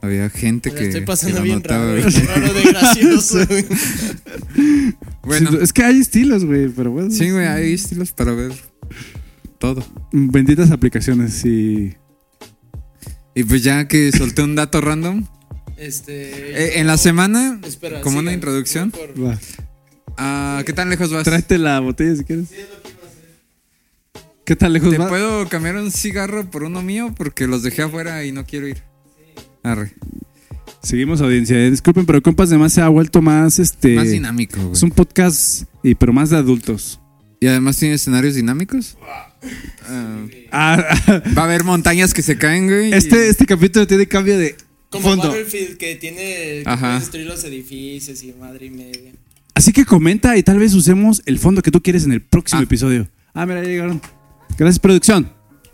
S3: Había gente
S4: Me la
S3: que.
S4: estoy
S3: que
S4: pasando
S3: lo
S4: bien
S3: notaba,
S4: raro,
S3: güey.
S4: güey, raro de gracioso. güey.
S3: Bueno,
S1: Sí, es que hay estilos, güey, pero bueno.
S3: sí, güey, hay estilos para ver todo.
S1: Benditas aplicaciones y.
S3: Y pues ya que solté un dato random.
S4: Este,
S3: eh,
S4: yo-
S3: en la semana,
S4: Espera,
S3: como una
S4: sigan.
S3: introducción.
S4: Voy por-
S1: Va.
S3: Pues Ah, ¿Qué tan lejos vas?
S1: Tráete la botella si quieres. ¿Qué tan lejos
S3: ¿Te
S1: Pues va?
S3: puedo cambiar un cigarro por uno mío? Porque los dejé afuera y no quiero ir. Arre.
S1: Seguimos audiencia. eh, Disculpen, pero compas de más se ha vuelto más este.
S3: Más dinámico, güey.
S1: Es un podcast y pero más de adultos.
S3: Y además tiene escenarios dinámicos. Ah,
S1: Ah,
S3: va a haber montañas que se caen, güey.
S1: este, este capítulo tiene cambio de
S4: Como
S1: fondo.
S4: Battlefield que tiene que
S3: Ajá.
S4: puede destruir los edificios y madre y media.
S1: Así que comenta y tal vez usemos el fondo que tú quieres en el próximo
S3: Ah.
S1: episodio. Ah, mira, ya llegaron. Gracias, producción.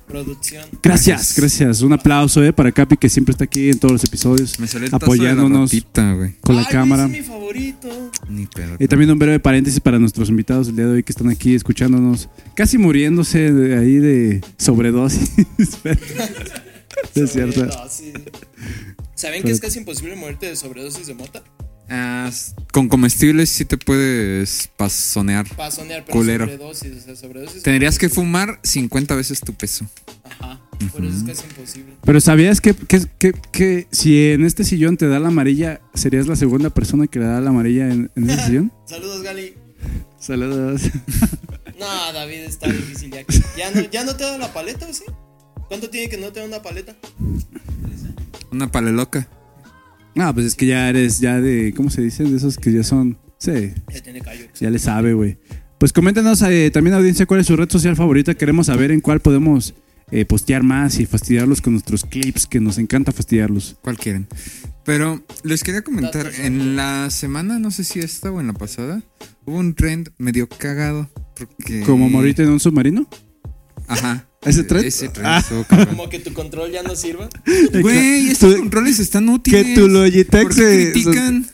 S4: Producción.
S1: Gracias, gracias. Un aplauso eh, para Capi que siempre está aquí en todos los episodios
S3: Me salió el tazo de la
S1: apoyándonos
S3: ropita, güey.
S1: con la
S4: Ay,
S1: cámara.
S4: ese Es mi favorito.
S3: Ni pedo.
S1: Y también un breve paréntesis para nuestros invitados del día de hoy que están aquí escuchándonos, casi muriéndose de ahí de sobredosis. es cierto.
S4: Sobredosis. ¿Saben que
S3: Pues-
S4: es casi imposible morirte de sobredosis de mota?
S3: Ah, s- con comestibles sí te puedes pasonear.
S4: Pasonear, pero
S3: Culero.
S4: sobredosis, o sea, sobredosis.
S3: Tendrías que fumar 50 veces tu peso.
S4: Ajá, por eso es casi imposible.
S1: Pero ¿sabías que, que- que- que si en este sillón te da la amarilla, serías la segunda persona que le da la amarilla en, en ese sillón?
S4: Saludos, Gali.
S1: Saludos.
S4: No, David, está difícil ya. que- ¿Ya no, ya no te da la paleta o sí? ¿Cuánto tiene que no te da una paleta?
S3: Una paleloca.
S1: Ah, pues es que ya eres ya de, ¿cómo se dice? De esos que ya son, sí,
S4: Ya tiene callo.
S1: ya le sabe, güey. Pues coméntenos eh, también, audiencia, cuál es su red social favorita. Queremos saber en cuál podemos eh, postear más y fastidiarlos con nuestros clips, que nos encanta fastidiarlos.
S3: ¿Cuál quieren? Pero les quería comentar, en la semana, no sé si esta o en la pasada, hubo un trend medio cagado. Porque...
S1: ¿Como morirte en un submarino?
S3: Ajá.
S1: ¿Ese trend?
S3: Ese trend
S1: Ah.
S3: estuvo cagado.
S4: Como que tu control ya no sirva.
S3: Güey, estos controles están útiles.
S1: que tu Logitech
S3: ¿Por
S1: se-
S3: qué critican?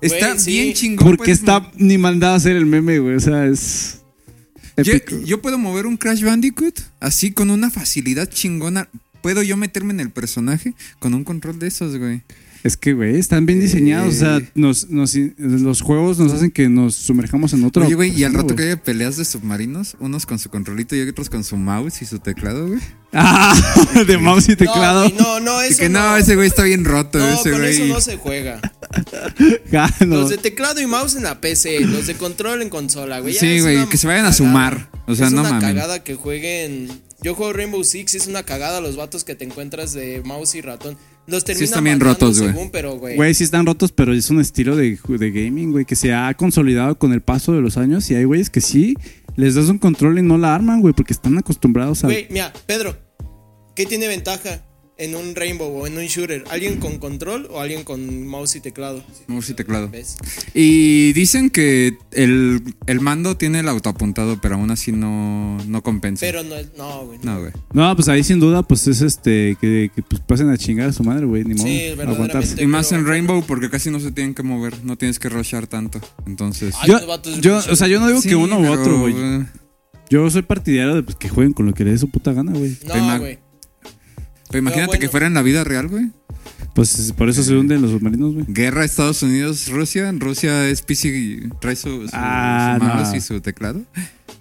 S3: Está
S4: Güey, sí.
S3: bien chingón.
S1: Porque
S3: puedes
S1: está ni mandado a hacer el meme, güey. O sea, es
S3: Yo,
S1: épico.
S3: yo puedo mover un Crash Bandicoot así con una facilidad chingona. Puedo yo meterme en el personaje con un control de esos, güey.
S1: Es que, güey, están bien diseñados. O
S3: Eh.
S1: sea, nos, nos- los juegos nos hacen que nos sumerjamos en otro.
S3: Oye, güey, y al
S1: persona,
S3: rato que
S1: güey.
S3: haya peleas de submarinos, unos con su controlito y otros con su mouse y su teclado, güey.
S1: Ah, de mouse y teclado.
S4: No, güey, no, no,
S3: Y
S4: eso
S3: que no,
S4: no.
S3: ese güey está bien roto,
S4: No,
S3: ese
S4: con eso
S3: güey.
S4: no se juega.
S1: Ah, no.
S4: Los de teclado y mouse en la PC, los de control en consola, güey. Ya
S3: Sí,
S4: es
S3: güey,
S4: una
S3: que se vayan a
S4: cagada.
S3: sumar. O sea,
S4: es
S3: no
S4: una
S3: mames.
S4: cagada que jueguen. Yo juego Rainbow Six y es una cagada los vatos que te encuentras de mouse y ratón. Los terminan
S3: están bien
S4: matando
S3: rotos, güey.
S4: según, Pero, güey.
S1: Güey, sí están rotos, pero es un estilo de, ju- de gaming, güey, que se ha consolidado con el paso de los años. Y hay güeyes que sí les das un control y no la arman, güey, porque están acostumbrados a.
S4: Güey, mira, Pedro, ¿qué tiene ventaja en un Rainbow o en un shooter? ¿Alguien con control o alguien con mouse y teclado?
S3: Mouse y teclado.
S4: ¿Ves?
S3: Y dicen que el, el mando tiene el autoapuntado, pero aún así no, no compensa.
S4: Pero no, es- no, güey.
S3: No, güey.
S1: No, pues ahí sin duda, pues es este. Que, que, pues pasen a chingar a su madre, güey, ni modo.
S4: verdaderamente.
S1: aguantarse.
S3: Y más en
S4: pero-
S3: Rainbow porque casi no se tienen que mover, no tienes que rushar tanto. Entonces...
S4: Ay,
S1: Yo,
S4: los vatos-
S1: yo, o sea, yo no digo
S3: Sí,
S1: que uno u
S3: pero,
S1: otro, güey.
S3: eh,
S1: Yo soy partidario de pues, que jueguen con lo que les dé su puta gana, güey.
S3: Tema-
S4: No, güey.
S3: Pero imagínate
S4: Pero bueno.
S3: que fuera en la vida real, güey.
S1: Pues es- por eso se hunden los submarinos, güey.
S3: Guerra Estados Unidos-Rusia. En Rusia es PC y trae su, su-
S1: Ah,
S3: su mouse
S1: no.
S3: y su teclado.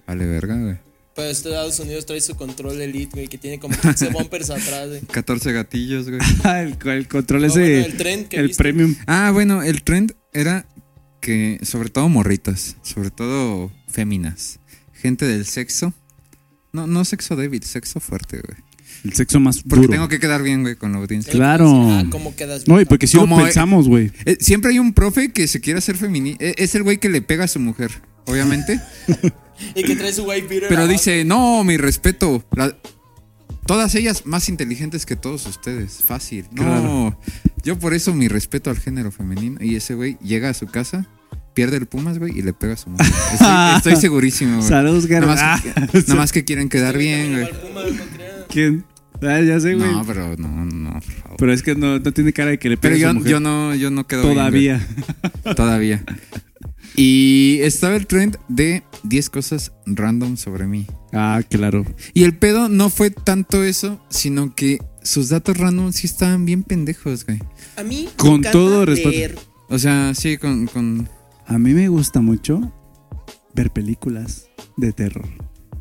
S3: Vale, verga, güey.
S4: Pero este Estados Unidos trae su control Elite, güey, que tiene como 15 bumpers atrás, güey.
S3: 14 gatillos, güey.
S1: el, el control
S4: Ah,
S1: ese.
S4: bueno,
S1: el
S4: el tren que viste.
S1: premium.
S3: Ah, bueno, el trend era que, sobre todo morritas, sobre todo féminas, gente del sexo. No, no sexo débil, sexo fuerte, güey.
S1: El sexo más
S3: Porque
S1: duro.
S3: tengo que quedar bien, güey, con la audiencia.
S1: Claro.
S4: Ah, ¿cómo quedas?
S1: No, y porque si lo
S3: Como-
S1: pensamos, güey.
S3: Eh, siempre hay un profe que se quiere hacer feminista. Es el güey que le pega a su mujer, obviamente.
S4: Y que trae su white beater.
S3: Pero
S4: abajo.
S3: dice, no, mi respeto. la- todas ellas más inteligentes que todos ustedes. Fácil. No.
S1: Claro.
S3: Yo por eso mi respeto al género femenino. Y ese güey llega a su casa, pierde el Pumas, güey, y le pega a su mujer. Estoy, estoy segurísimo, güey.
S1: Saludos,
S3: Nada
S1: Garra.
S3: más, que,
S1: Ah,
S3: nada más que quieren quedar bien, güey.
S4: Al Puma, no crea.
S1: ¿Quién? Ah, ya sé, güey.
S3: No, pero no, no, por favor.
S1: Pero es que no, no tiene cara de que le pegue
S3: Pero
S1: a su
S3: yo,
S1: mujer
S3: yo no, yo no quedo bien, güey.
S1: Todavía.
S3: Todavía. Y estaba el trend de 10 cosas random sobre mí.
S1: ah, claro.
S3: Y el pedo no fue tanto eso, sino que sus datos random sí estaban bien pendejos, güey.
S4: A mí.
S1: Con
S4: me encanta
S1: todo respeto.
S4: leer.
S3: O sea, sí, con, con
S1: A mí me gusta mucho ver películas de terror.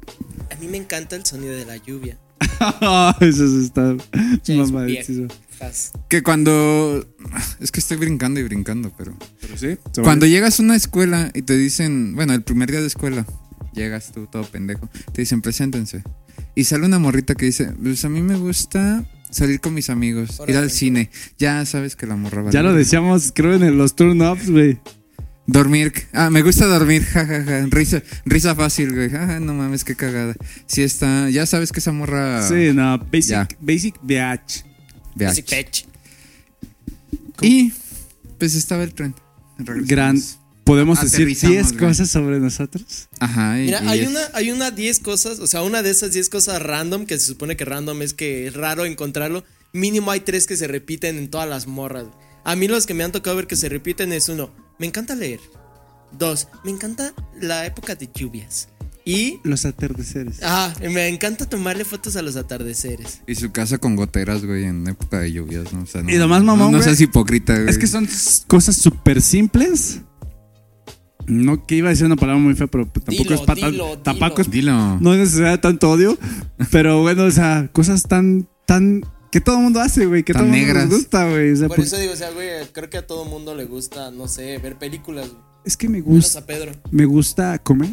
S4: A mí me encanta el sonido de la lluvia.
S1: Eso sí está
S4: James
S1: mamadísimo.
S4: Viejas.
S3: que cuando es que estoy brincando y brincando, pero
S1: Pero sí,
S3: cuando llegas a una escuela y te dicen, bueno, el primer día de escuela, llegas tú todo pendejo, te dicen, "Preséntense." Y sale una morrita que dice, "Pues a mí me gusta salir con mis amigos, ir al cine." Ya sabes que la morra va.
S1: Ya lo decíamos, creo, en el- los turn-ups, güey.
S3: Dormir. Ah, me gusta dormir, jajaja. Risa, risa fácil, güey. Ah, no mames, qué cagada. Sí está. Ya sabes que esa morra.
S1: Sí, no, basic,
S3: Ah, Ya.
S1: basic BH.
S3: de
S4: Así,
S3: H.
S4: pech.
S3: Y pues estaba el tren.
S1: Gran podemos decir
S3: Aterrizamos,
S1: 10
S3: güey.
S1: cosas sobre nosotros.
S3: Ajá. y-
S4: Mira,
S3: y
S4: hay
S3: es-
S4: una, hay una 10 cosas, o sea, una de esas 10 cosas random, que se supone que random es que es raro encontrarlo. Mínimo hay tres que se repiten en todas las morras. A mí los que me han tocado ver que se repiten es uno, me encanta leer. Dos, me encanta la época de lluvias. Y,
S1: Los atardeceres.
S4: ah, me encanta tomarle fotos a los atardeceres.
S3: Y su casa con goteras, güey, en época de lluvias, ¿no? O sea, no,
S1: Y lo más
S3: no-
S1: mamón,
S3: No,
S1: güey,
S3: seas hipócrita, güey.
S1: Es que son s- cosas súper simples. No, que iba a decir una palabra muy fea, pero tampoco
S4: Dilo,
S1: es para tan-
S4: dilo, dilo.
S1: tampoco es-
S3: Dilo.
S1: no es necesario tanto odio, pero bueno, o sea, cosas tan tan que todo el mundo hace, güey, que
S3: Tan
S1: todo el mundo nos
S3: negras.
S1: gusta, güey, o sea,
S4: Por
S3: pues
S1: por-
S4: eso digo, o sea, güey, creo que a todo mundo le gusta, no sé, ver películas. güey.
S1: es que me
S3: Pues
S4: Menos
S1: gusta
S4: a Pedro.
S1: me gusta comer.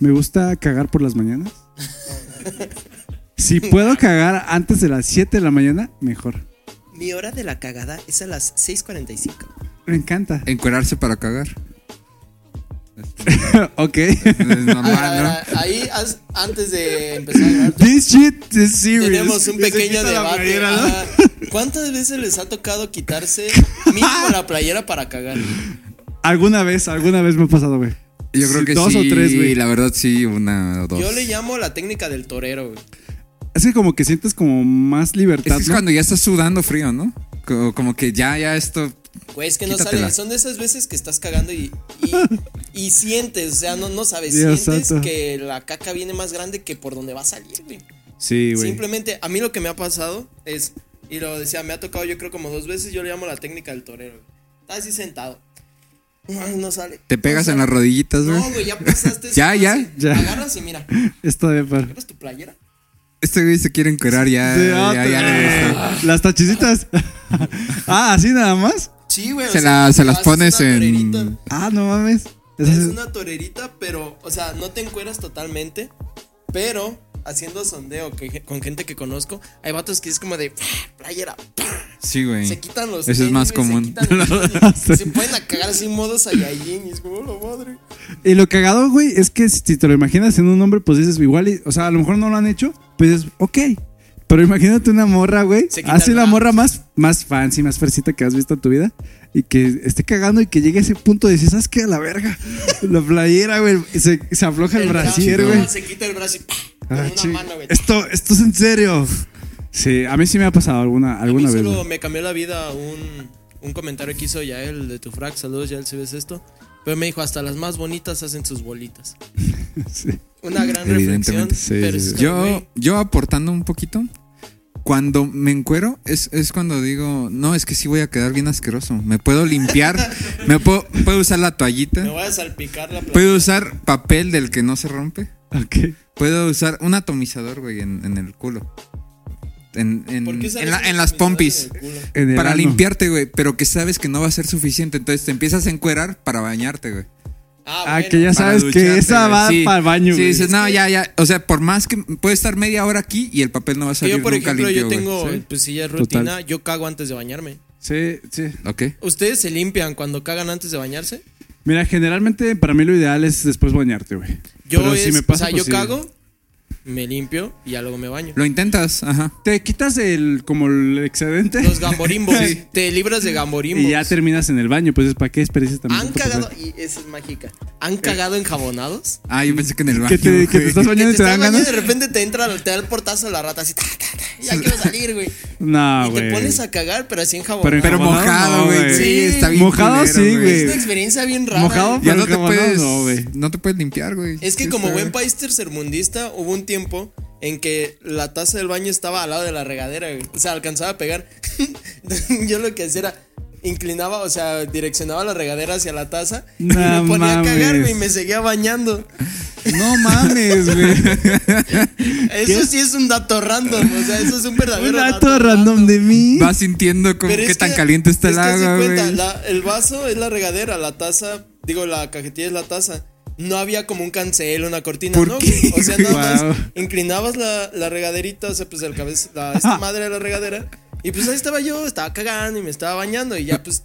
S1: Me gusta cagar por las mañanas. si puedo cagar antes de las 7 de la mañana, mejor.
S4: Mi hora de la cagada es a las 6.45.
S1: Me encanta.
S3: Encuerarse para cagar.
S1: ok.
S3: Es normal,
S4: A ver, a ver,
S3: ¿no?
S4: a ver, Ah, ahí, haz- antes de empezar a grabar,
S1: This shit is serious.
S4: tenemos un
S1: Y se
S4: pequeño
S1: quita la
S4: debate.
S1: playera, ¿no?
S4: Ajá. ¿Cuántas veces les ha tocado quitarse mínimo la playera para cagar?
S1: Alguna vez, alguna vez me ha pasado, güey.
S3: Yo creo
S1: Sí,
S3: que
S1: dos
S3: sí.
S1: o tres, güey.
S3: La verdad, sí, una o dos.
S4: Yo le llamo la técnica del torero, güey.
S1: Es que como que sientes como más libertad,
S3: Es que es
S1: ¿no?
S3: cuando ya estás sudando frío, ¿no? Co- Como que ya, ya esto.
S4: Güey, es que no
S3: Quítatela.
S4: sale. Son de esas veces que estás cagando y, y, y sientes, o sea, no, no sabes,
S1: Dios
S4: sientes
S1: santo.
S4: que la caca viene más grande que por donde va a salir, güey.
S1: Sí, güey.
S4: Simplemente, a mí lo que me ha pasado es, y lo decía, me ha tocado yo creo como dos veces, yo le llamo la técnica del torero. güey. Estás así sentado. Ay, No sale.
S3: Te pegas
S4: No
S3: en las
S4: sale.
S3: rodillitas, güey.
S4: No, güey, ya pasaste.
S3: Ya,
S4: eso,
S3: ya,
S4: así.
S1: ya.
S4: Agarras y mira.
S1: Está bien, par.
S4: ¿Eres tu playera?
S3: Este güey se quiere encuerar ya.
S1: Sí,
S3: ya,
S1: otra-
S3: ya, le gustó.
S1: Las tachicitas. ah, así nada más.
S4: Sí, güey. o
S3: Se
S4: sea,
S3: la- se
S4: lo
S3: las
S4: haces
S3: pones
S4: una
S3: en-
S4: torerita.
S1: Ah, no mames. Esas-
S4: Es una torerita, pero, o sea, no te encueras totalmente, pero haciendo sondeo que- con gente que conozco, hay vatos que es como de "Ah, playera,
S3: Sí, güey.
S4: Se quitan los.
S3: Eso es
S4: tenis,
S3: más
S4: se
S3: común.
S4: quitan los tenis, se pueden a cagar así en modo Saiyajin. Y es como, "Oh, la madre.
S1: Y lo cagado, güey, es que si te lo imaginas en un hombre, pues dices igual, y- o sea, a lo mejor no lo han hecho, pues es ok. Pero imagínate una morra, güey.
S4: Se quita
S1: Así
S4: el
S1: la
S4: bra.
S1: morra más, más fancy, más fresita que has visto en tu vida. Y que esté cagando y que llegue a ese punto de decir, ¿sabes qué? A la verga. La playera, güey. y Se, se afloja el, brasier,
S4: brazo,
S1: güey.
S4: Se quita el brazo y ¡pah! con
S1: Ah,
S4: una
S1: ching-
S4: mano,
S3: Este,
S4: güey.
S1: Esto, esto es en serio. Sí, a mí sí me ha pasado alguna,
S4: A mí
S1: alguna vez.
S4: solo
S1: güey.
S4: me cambió la vida un, un comentario que hizo Yael de tu frac. Saludos, Yael, si ves esto. Pero me dijo, hasta las más bonitas hacen sus bolitas.
S1: Sí.
S4: Una gran reflexión.
S3: Evidentemente,
S1: sí,
S4: pero
S1: sí,
S4: es
S1: sí.
S4: como,
S3: Yo,
S4: güey,
S3: yo aportando un poquito, cuando me encuero es, es cuando digo, no, es que sí voy a quedar bien asqueroso. Me puedo limpiar, me puedo, puedo usar la
S4: me
S3: toallita,
S4: voy a salpicar
S1: Pues,
S4: la playa.
S3: puedo usar papel del que no se rompe,
S1: Ok.
S3: puedo usar un atomizador, güey, en, en el culo. En, en-
S4: ¿Por qué usar
S3: en la-
S4: esas
S3: en las
S4: camisetas
S3: pompis.
S4: en el culo?
S1: En el
S3: Para
S1: ano.
S3: limpiarte, güey, pero que sabes que no va a ser suficiente. Entonces te empiezas a encuerar para bañarte, güey.
S4: Ah,
S1: Ah,
S4: bueno.
S1: que ya
S3: para
S1: sabes que
S3: ducharte,
S1: esa
S3: güey.
S1: va
S3: Sí.
S1: para el baño.
S3: Sí,
S1: güey.
S3: dices, no, ya, ya. O sea, por más que puede estar media hora aquí y el papel no va a
S4: Que
S3: salir
S4: yo, por
S3: nunca
S4: ejemplo,
S3: limpio,
S4: yo
S3: güey.
S4: tengo,
S1: Sí.
S4: pues sí, ya es
S1: Total.
S4: rutina. Yo cago antes de bañarme.
S1: Sí, sí.
S3: Ok.
S4: ¿Ustedes se limpian cuando cagan antes de bañarse?
S1: Mira, generalmente para mí lo ideal es después bañarte, güey.
S4: Yo
S1: Pero
S4: es,
S1: si me
S4: o
S1: pasa,
S4: sea, yo
S1: pues sí.
S4: cago, me limpio y ya luego me baño.
S3: Lo intentas, ajá.
S1: Te quitas el como el excedente
S4: Los gamborimbos, te libras de gamborimbos.
S1: y ya pues, terminas en el baño, pues para qué experiencias también.
S4: Han cagado, y esa es mágica. ¿Han cagado enjabonados?
S3: Ah, yo pensé que en el baño.
S1: Que te, que te
S3: güey.
S1: estás bañando
S4: Que
S1: y te dan
S4: estás bañando
S1: ganas.
S4: y de repente te entra, te da el portazo de la rata así, ta, ta, ta, ya quiero salir, güey.
S1: No,
S4: y te
S1: Ah, güey.
S4: pones a cagar, pero así enjabonado.
S1: Pero en
S3: Pero
S1: Enjabonado, no,
S3: mojado, güey.
S1: güey.
S3: Sí, está bien.
S1: Mojado,
S3: culero,
S1: sí,
S4: es
S1: güey.
S4: una experiencia bien rara.
S1: Mojado,
S4: güey.
S3: Ya
S1: Pero
S3: no te
S1: enjabonado,
S3: puedes.
S1: no, güey.
S3: No te puedes limpiar, güey.
S4: Es que
S3: Sí,
S4: como
S3: está-
S4: buen país tercermundista, hubo un tiempo en que la taza del baño estaba al lado de la regadera, güey. O sea, alcanzaba a pegar. Yo lo que hacía era inclinaba, o sea, direccionaba la regadera hacia la taza y
S1: No
S4: me ponía a cagar,
S1: mames.
S4: güey, y me seguía bañando.
S1: No mames, güey.
S4: Eso sí es un dato random, o sea, eso es un verdadero
S1: Un dato random de mí.
S3: Vas sintiendo como
S4: Pero
S3: Mm, qué
S4: es
S3: tan
S4: que-
S3: caliente está
S4: es
S3: el
S4: que haz de
S3: agua,
S4: cuenta,
S3: güey.
S4: la- el vaso es la regadera, la taza, digo, la cajetilla es la taza. No había como un cancel, una cortina,
S3: ¿Por
S4: ¿no?
S3: qué,
S4: güey? O sea, nada
S1: güey? Wow.
S4: más inclinabas la, la regaderita, o sea, pues el cabeza, la, esta madre de la regadera. Y pues ahí estaba yo, estaba cagando y me estaba bañando y ya pues.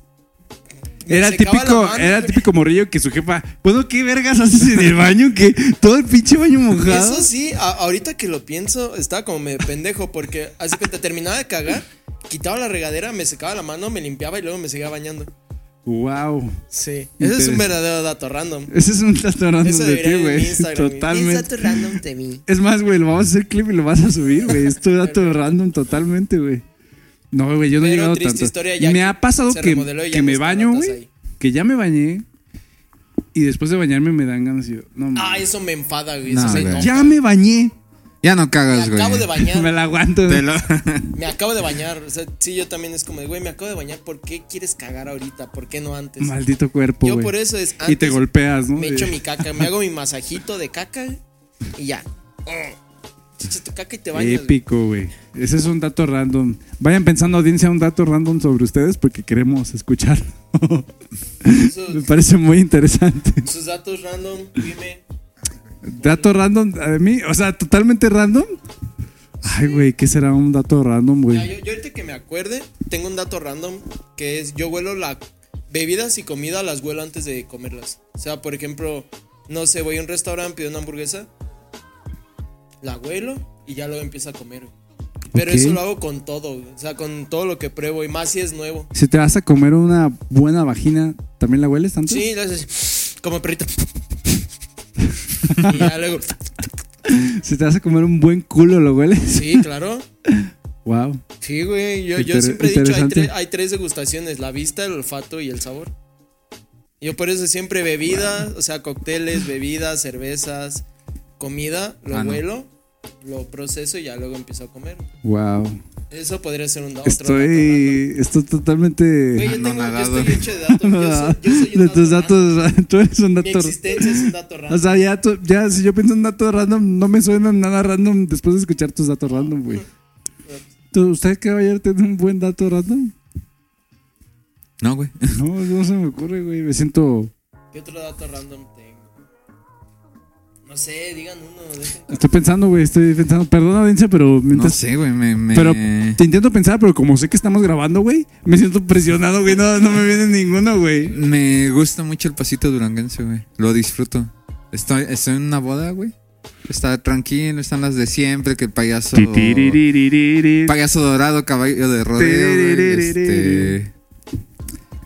S4: me
S1: Era el
S4: secaba la
S1: típico,
S4: mano,
S1: era el
S4: güey.
S1: típico morrillo que su jefa, bueno, ¿qué vergas haces en el baño? Que todo el pinche baño mojado.
S4: Eso sí, a- ahorita que lo pienso, estaba como medio pendejo porque así que te terminaba de cagar, quitaba la regadera, me secaba la mano, me limpiaba y luego me seguía bañando.
S1: Wow.
S4: Sí. Ese es un
S1: Interes-
S4: verdadero dato random.
S1: Ese es un dato random
S4: Eso
S1: de
S4: debería
S1: ti,
S4: ir en mi
S1: güey.
S4: Instagram. güey. Es
S1: Totalmente.
S4: dato random de mí.
S1: Es más, güey, lo vamos a hacer clip y lo vas a subir, güey. Es tu dato random totalmente, güey. No, güey, yo no he
S4: Pero
S1: llegado
S4: triste
S1: tanto.
S4: historia, ya
S1: me ha pasado
S4: se
S1: que,
S4: remodeló y ya
S1: que
S4: no
S1: me
S4: están
S1: baño,
S4: ratas
S1: güey.
S4: ahí.
S1: Que ya me bañé. Y después de bañarme me dan ganas. y yo, no,
S4: Ah,
S1: mames.
S4: eso me enfada, güey.
S3: No,
S4: eso me
S3: güey.
S4: enoja.
S1: ya me bañé.
S3: Ya no
S4: Me
S3: cagas, güey.
S4: acabo de
S1: Me
S4: bañar.
S1: la aguanto. güey.
S3: Te lo-
S4: Me acabo de bañar. O sea, sí, yo también es como, de, güey, me acabo de bañar. ¿Por qué quieres cagar ahorita? ¿Por qué no antes?
S1: Maldito cuerpo,
S4: Yo
S1: güey.
S4: por eso es antes.
S1: Y te golpeas, ¿no?
S4: Me
S1: De-
S4: echo mi caca, me hago mi masajito de caca y ya. Chicha tu caca y te bañas. güey.
S1: Épico, güey. Ese es un dato random. Vayan pensando, audiencia, un dato random sobre ustedes porque queremos escuchar. Me
S4: Sus,
S1: parece muy interesante.
S4: sus datos random, dime.
S1: Dato random a mí, o sea, totalmente random. Ay, güey, ¿qué será un dato random,
S4: Ya,
S1: güey?
S4: yo, yo ahorita que me acuerde, tengo un dato random que es yo huelo la bebidas y comida las huelo antes de comerlas. O sea, por ejemplo, no sé, voy a un restaurante, pido una hamburguesa, la huelo y ya luego empiezo a comer. güey. Pero
S1: Ok.
S4: eso lo hago con todo, güey. o sea, con todo lo que pruebo y más si es nuevo.
S1: Si te vas a comer una buena vagina, ¿también la hueles tanto?
S4: Sí, le haces así, como perrito. y ya luego,
S1: Si te vas a comer un buen culo, ¿lo hueles?
S4: sí, claro.
S1: Wow.
S4: Sí, güey, yo, yo
S1: Inter-
S4: siempre he dicho, hay,
S1: interesante.
S4: tres- hay tres degustaciones, la vista, el olfato y el sabor. Yo por eso siempre bebida, o sea, cócteles, bebidas, cervezas, comida, lo
S3: Ah, no.
S4: huelo, lo proceso y ya luego empiezo a comer.
S1: Wow.
S4: Eso podría ser un da- otro dato
S1: Estoy estoy
S4: random. Güey,
S1: totalmente
S4: yo, tengo, yo
S3: Anonadado.
S4: estoy hecho de datos. Yo soy, yo soy un
S1: de
S4: dato
S1: tus
S4: random.
S1: datos, tú eres un
S4: Mi
S1: dato.
S4: existencia es un dato
S1: O
S4: random.
S1: sea, ya, tú- ya si yo pienso en datos random, no me suena nada random después de escuchar tus datos random, güey. ¿Tú- ¿Usted, caballero, tiene un buen dato random?
S3: No, güey.
S1: No, no se me ocurre, güey. Me siento.
S4: ¿Qué otro dato random tengo? No sé, digan uno. dejen-
S1: Estoy pensando, güey. Estoy pensando. Perdón, audiencia, pero
S3: No
S1: mientras.
S3: sé, güey. Me, me-
S1: Pero te intento pensar, pero como sé que estamos grabando, güey, me siento presionado, güey. No, no me viene ninguno, güey.
S3: me gusta mucho el pasito duranguense, güey. Lo disfruto. Estoy, estoy en una boda, güey. Está tranquilo, están las de siempre, que el payaso. Payaso dorado, caballo de rodeo. güey, este,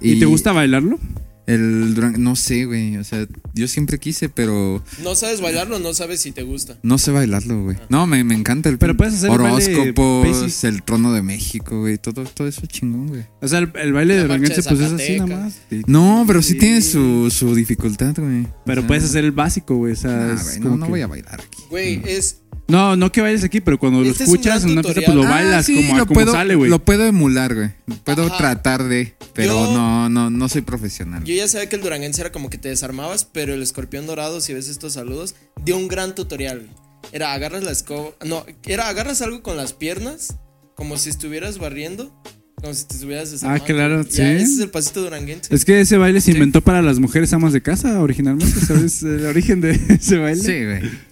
S1: ¿Y te gusta bailarlo?
S3: El duran- no sé, güey. O sea, yo siempre quise, pero
S4: No sabes bailarlo, no sabes si te gusta.
S3: no sé bailarlo, güey. No, me, me encanta el
S1: Pero puedes hacer el baile
S3: horóscopos,
S1: basic.
S3: el trono de México, güey. Todo, todo eso chingón, güey.
S1: O sea, el, el baile
S4: La
S1: de Ranguense,
S4: marcha de
S1: pues es así nada más.
S4: Zacatecas.
S3: No, pero sí
S1: Sí.
S3: tiene su, su dificultad, güey. O
S1: Pero
S3: sea,
S1: puedes hacer el básico, güey. O sea,
S3: nah,
S1: es
S3: güey,
S1: como
S3: no, no
S1: que-
S3: voy a bailar aquí.
S4: Güey, es
S1: No, no que bailes aquí, pero cuando
S4: Este es
S1: lo
S4: un
S1: escuchas
S4: gran
S1: en una fiesta, pues
S4: tutorial.
S1: lo
S3: Ah,
S1: bailas
S3: sí,
S1: como,
S3: lo
S1: como
S3: puedo,
S1: sale, güey.
S3: Lo puedo emular, güey. Puedo
S4: Ajá.
S3: tratar de, pero
S4: Yo-
S3: no, no, no soy profesional.
S4: Yo ya sabía que el duranguense era como que te desarmabas, pero el escorpión dorado, si ves estos saludos, dio un gran tutorial. güey. Era agarras la escoba. No, era agarras algo con las piernas, como si estuvieras barriendo, como si te estuvieras desarmando.
S1: Ah, claro,
S4: Ya,
S1: sí.
S4: Ese es el pasito duranguense.
S1: Es que ese baile se inventó para las mujeres amas de casa originalmente, ¿sabes? El origen de ese baile.
S3: Sí, güey.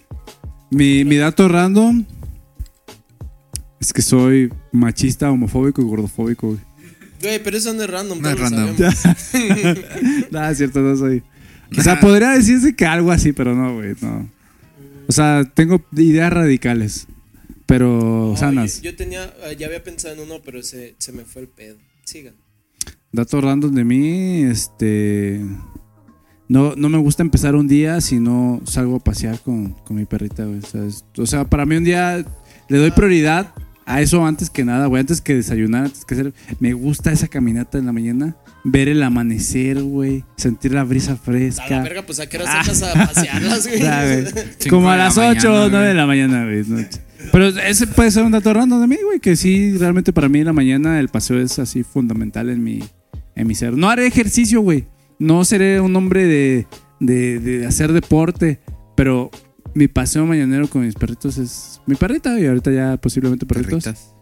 S1: Mi, mi dato random es que soy machista, homofóbico y gordofóbico, güey.
S4: Güey, pero eso no es random.
S3: No es
S4: todos lo
S3: random.
S4: sabemos.
S1: Nada, es cierto, no soy. O sea, podría decirse que algo así, pero no, güey, no. O sea, tengo ideas radicales, pero
S4: No,
S1: sanas.
S4: yo, yo tenía, eh, ya había pensado en uno, pero se, se me fue el pedo. Sigan.
S1: Dato random de mí, este... No, no me gusta empezar un día si no salgo a pasear con, con mi perrita, güey. ¿sabes? O sea, para mí un día le doy prioridad a eso antes que nada, güey. Antes que desayunar, antes que hacer... Me gusta esa caminata en la mañana. Ver el amanecer, güey. Sentir la brisa
S4: A la
S1: fresca.
S4: verga, pues a qué hora sacas a pasearlas, güey.
S1: Ah. Ya, güey.
S3: Cinco
S1: Como a
S3: de la
S1: las
S3: mañana,
S1: 8 o
S3: güey.
S1: 9 de la mañana, güey. no. Pero ese puede ser un dato random de mí, güey. Que sí, realmente para mí en la mañana el paseo es así fundamental en mi, en mi ser. No haré ejercicio, güey. No seré un hombre de, de, de hacer deporte. Pero mi paseo mañanero con mis perritos es mi perrita. Y ahorita ya posiblemente perritos.
S3: Perritas.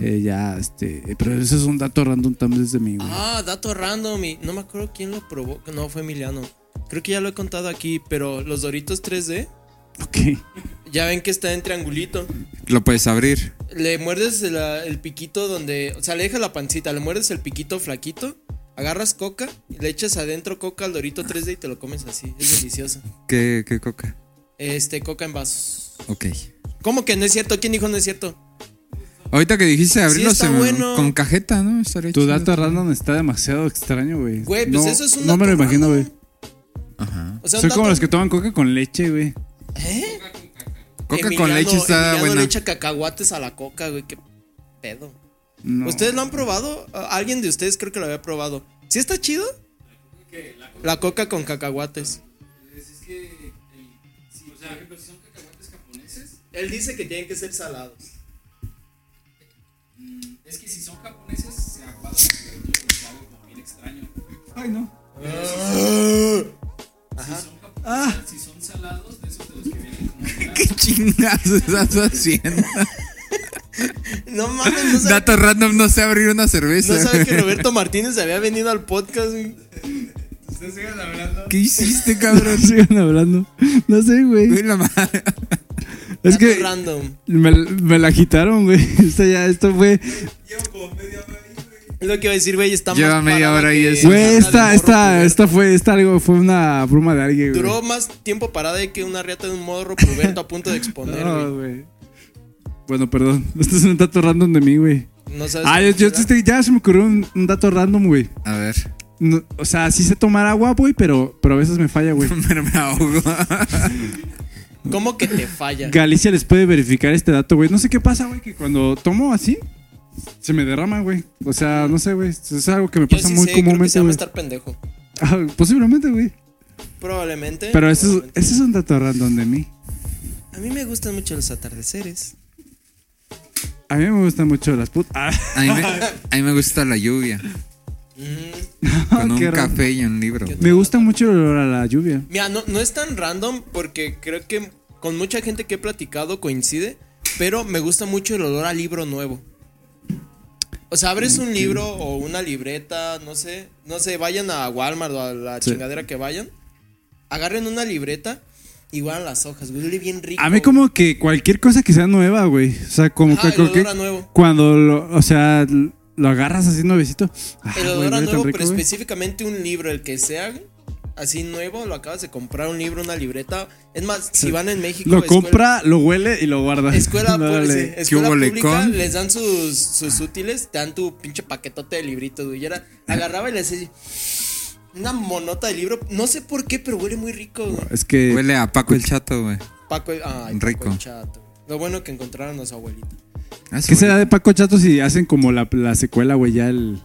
S1: Eh, ya, este. eh, Pero eso es un dato random también de mí, güey.
S4: Ah, dato random. y no me acuerdo quién lo probó. No, fue Emiliano. Creo que ya lo he contado aquí, pero los Doritos 3D,
S1: Ok.
S4: ya ven que está en triangulito.
S3: Lo puedes abrir.
S4: Le muerdes la- el piquito donde. O sea, le dejas la pancita, le muerdes el piquito flaquito, agarras coca, y le echas adentro coca al Dorito 3D y te lo comes así. Es delicioso.
S3: ¿Qué, qué coca?
S4: Este, coca en vasos.
S3: Ok.
S4: ¿Cómo que no es cierto? ¿Quién dijo no es cierto?
S3: Ahorita que dijiste abrirlo
S4: está
S3: se me-
S4: bueno.
S3: con cajeta, ¿no? Estaría
S1: Tu
S3: chido.
S1: dato random está demasiado extraño, güey.
S4: Güey, pues
S1: no,
S4: eso es un
S1: No me lo
S4: dato
S1: imagino,
S4: random.
S1: güey.
S4: O sea, un
S1: Soy como
S4: dato-
S1: los que toman coca con leche, güey.
S3: Coca con
S4: Emiliano-
S3: leche está
S4: Emiliano
S3: buena.
S4: le echa cacahuates a la coca, güey. Qué pedo.
S1: No.
S4: ¿Ustedes lo han probado? ¿A- Alguien de ustedes creo que lo había probado. ¿Sí está chido? La coca con cacahuates.
S2: eh,
S4: Él dice que tienen que ser salados.
S2: Es que si son japoneses, se aguadan es algo como bien extraño.
S1: Ay, no.
S2: Si son salados, de esos de los que vienen como en
S3: ¿Qué chingados estás haciendo?
S4: No mames, no sabe,
S3: Dato random, no sé abrir una cerveza.
S4: no sabe que
S3: güey.
S4: Roberto Martínez había venido al podcast, güey.
S2: Ustedes sigan hablando.
S3: ¿Qué hiciste, cabrón?
S1: Sigan hablando. No sé,
S3: Güey,
S1: güey.
S3: la madre.
S1: Es
S4: Dato
S1: que
S4: random.
S1: me, me la agitaron, güey. Esto ya, esto fue.
S4: Es lo que iba a decir, güey, está
S3: Lleva
S4: más
S3: media
S4: parada
S3: hora
S4: que
S3: y es-
S4: la
S1: Güey, esta,
S4: lata de morro
S1: esta,
S4: puberto.
S1: esta fue, esta algo, fue una broma de alguien, güey.
S4: Duró más tiempo parada que una riata de un morro puberto a punto de exponer,
S1: Ah,
S4: güey.
S1: güey. Bueno, perdón. Esto es un dato random de mí, güey.
S4: No sabes.
S1: Ah, yo,
S4: cómo
S1: yo
S4: será.
S1: te- ya se me ocurrió un, un dato random, güey.
S3: A ver,
S1: No, o sea, sí sé tomar agua, güey, pero, pero a veces me falla, güey.
S3: pero me ahogo.
S4: ¿Cómo que te falla?
S1: Galicia les puede verificar este dato, güey. No sé qué pasa, güey, que cuando tomo así, se me derrama, güey. O sea, no sé, güey. Es algo que me
S4: Yo
S1: pasa
S4: sí
S1: muy
S4: sé, creo que se
S1: comúnmente,
S4: llama
S1: güey.
S4: estar pendejo.
S1: Ah, posiblemente, güey.
S4: Probablemente.
S1: Pero ese es,
S4: probablemente.
S1: ese es un dato random de mí.
S4: A mí me gustan mucho los atardeceres.
S1: A mí me gustan mucho las putas. Ah,
S3: A mí, me, a mí me gusta la lluvia. Con un
S1: Mm. Ah, qué raro.
S3: café y un libro. güey.
S1: Me gusta mucho el olor a la lluvia.
S4: Mira, no, no es tan random porque creo que con mucha gente que he platicado coincide, pero me gusta mucho el olor a libro nuevo. O sea, abres un libro o una libreta, no sé, no sé, vayan a Walmart o a la
S1: Sí.
S4: chingadera que vayan, agarren una libreta y guardan las hojas, güey, huele bien rico.
S1: A mí como que cualquier cosa que sea nueva, güey. O sea, como
S4: Ajá,
S1: que,
S4: el
S1: como que
S4: olor a nuevo.
S1: cuando lo, o sea, lo agarras así nuevecito. Ah, güey,
S4: El olor a
S1: huele tan
S4: nuevo,
S1: rico,
S4: pero
S1: güey.
S4: específicamente un libro, el que sea, güey, así nuevo, lo acabas de comprar, un libro, una libreta. Es más, si van en México.
S1: Lo
S4: escuela-
S1: compra, lo huele y lo guarda.
S4: Escuela, pues, eh.
S1: No,
S4: pu- sí,
S1: dale.
S4: escuela
S3: hubo, le
S4: pública,
S3: con?
S4: les dan sus, sus útiles, te dan tu pinche paquetote de libritos, güey. Yo era- agarraba y le hacía así, una monota de libro. No sé por qué, pero huele muy rico, güey.
S1: Es que
S3: Huele a Paco el Chato, güey.
S4: Paco, ay,
S3: Rico.
S4: Paco el chato. Lo bueno que encontraron a su abuelita.
S3: Ah,
S1: ¿Qué
S3: sí,
S1: será
S3: güey.
S1: de Paco Chato si hacen como la, la secuela, güey? Ya el.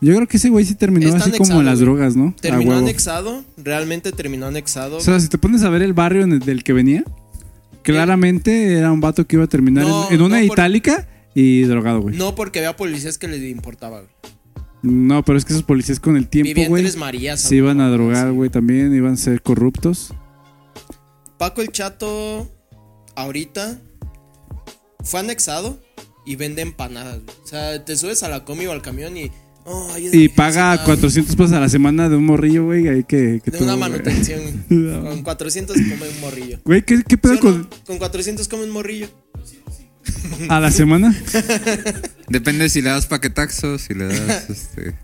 S1: Yo creo que ese güey sí terminó
S4: Está
S1: así como
S4: anexado,
S1: en las
S4: güey.
S1: drogas, ¿no? A
S4: Terminó
S1: Ah, huevo.
S4: anexado, realmente terminó anexado.
S1: O sea, si te pones a ver el barrio en el- del que venía, claramente era un vato que iba a terminar en-
S4: No,
S1: en, una
S4: no, por-
S1: itálica y drogado, güey. No.
S4: no porque había policías que les importaba, güey.
S1: pero es que esos policías con el tiempo,
S4: Vivían
S1: güey,
S4: tres Marías.
S1: se iban a drogar, güey, también iban a ser corruptos.
S4: Paco el Chato ahorita fue anexado y vende empanadas. güey. O sea, te subes a la comi o al camión y... "Oh, ayúdame,
S1: Y paga
S4: ayúdame".
S1: 400 pesos a la semana de un morrillo, güey, ahí que, que
S4: De
S1: tuvo,
S4: una
S1: güey.
S4: manutención. güey. con 400 come un morrillo.
S1: Güey, ¿qué, qué pedo
S4: ¿Sí o no?
S1: con,
S4: Con 400 come un morrillo.
S1: a la semana?
S3: Depende si le das paquetaxo, si le das este.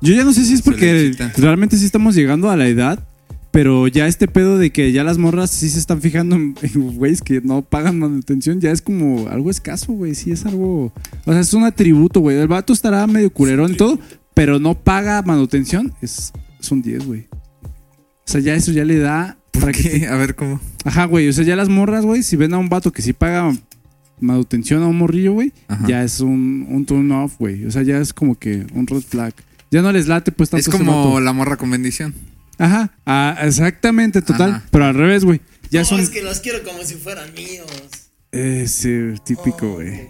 S1: Yo ya no sé si es porque
S3: Lechita.
S1: realmente sí estamos llegando a la edad, pero ya este pedo de que ya las morras sí se están fijando en en güeyes que no pagan manutención, ya es como algo escaso, güey. Sí es algo. O sea, es un atributo, güey. El vato estará medio culerón y todo, pero no paga manutención, es, es un 10, güey. O sea, ya eso ya le da. para que
S3: ¿Qué? A ver cómo.
S1: Ajá, güey. O sea, ya las morras, güey, si ven a un vato que sí paga manutención a un morrillo, güey,
S3: Ajá.
S1: ya es un, un turn off, güey. O sea, ya es como que un red flag. Ya no les late, pues tanto
S3: Es
S1: ese
S3: como
S1: vato.
S3: la morra con bendición.
S1: Ajá, ah, exactamente, total.
S3: Ajá.
S1: Pero al revés, güey. Ya
S4: no,
S1: son.
S4: es que los quiero como si fueran míos.
S1: Ese típico,
S4: Oh,
S1: güey.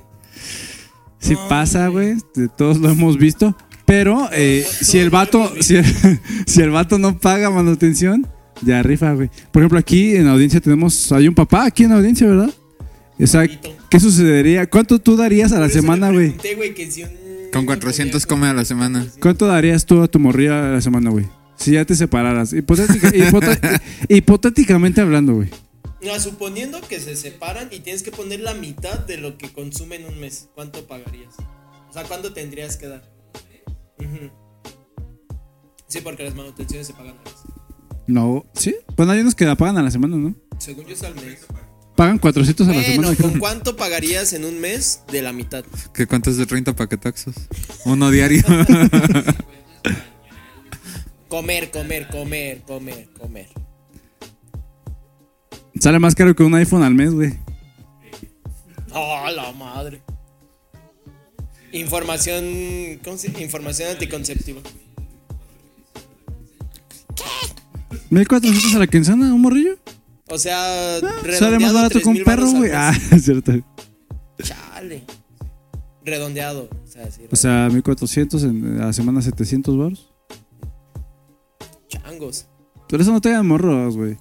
S1: Sí pasa, güey. de Todos lo hemos visto. Pero eh, si el vato, si el, si el vato no paga manutención, ya rifa, güey. Por ejemplo, aquí en la audiencia tenemos, hay un papá aquí en la audiencia, ¿verdad? O sea, ¿qué sucedería? ¿Cuánto tú darías a la
S4: Por eso
S1: semana,
S4: le
S1: güey?
S4: pregunté, güey, que si un-
S3: Con 400
S4: podía-
S3: come a la semana.
S1: ¿Cuánto darías tú a tu morrilla a la semana, güey? Si ya te separaras. Hipotética- hipota- hipotéticamente hablando, güey.
S4: No, suponiendo que se separan y tienes que poner la mitad de lo que consume en un mes, ¿cuánto pagarías? O sea, ¿cuánto tendrías que dar? Ujú. Sí, porque las manutenciones se pagan al mes.
S1: No, ¿sí? Bueno, hay unos que la pagan a la semana, ¿no?
S4: Según yo es al mes.
S1: Pagan 400 a la
S4: Bueno,
S1: semana.
S4: ¿con cuánto pagarías en un mes de la mitad?
S3: ¿Qué cuánto es de 30 paquetaxos? Uno diario.
S4: Comer, comer, comer, comer, comer.
S1: Sale más caro que un iPhone al mes, güey.
S4: ¡Ah, la madre! Información. ¿Cómo se dice? Información anticonceptiva.
S1: 1400 a la quincena, un morrillo.
S4: O sea,
S1: Ah, sale más
S4: redondeado.
S1: barato que un
S4: 3,000
S1: perro,
S4: varos al
S1: güey. Ah,
S4: mes.
S1: es cierto.
S4: Chale. Redondeado. O sea, sí,
S1: O sea, 1400 en la semana 700 baros.
S4: changos.
S1: Pero eso no te dan morros, güey.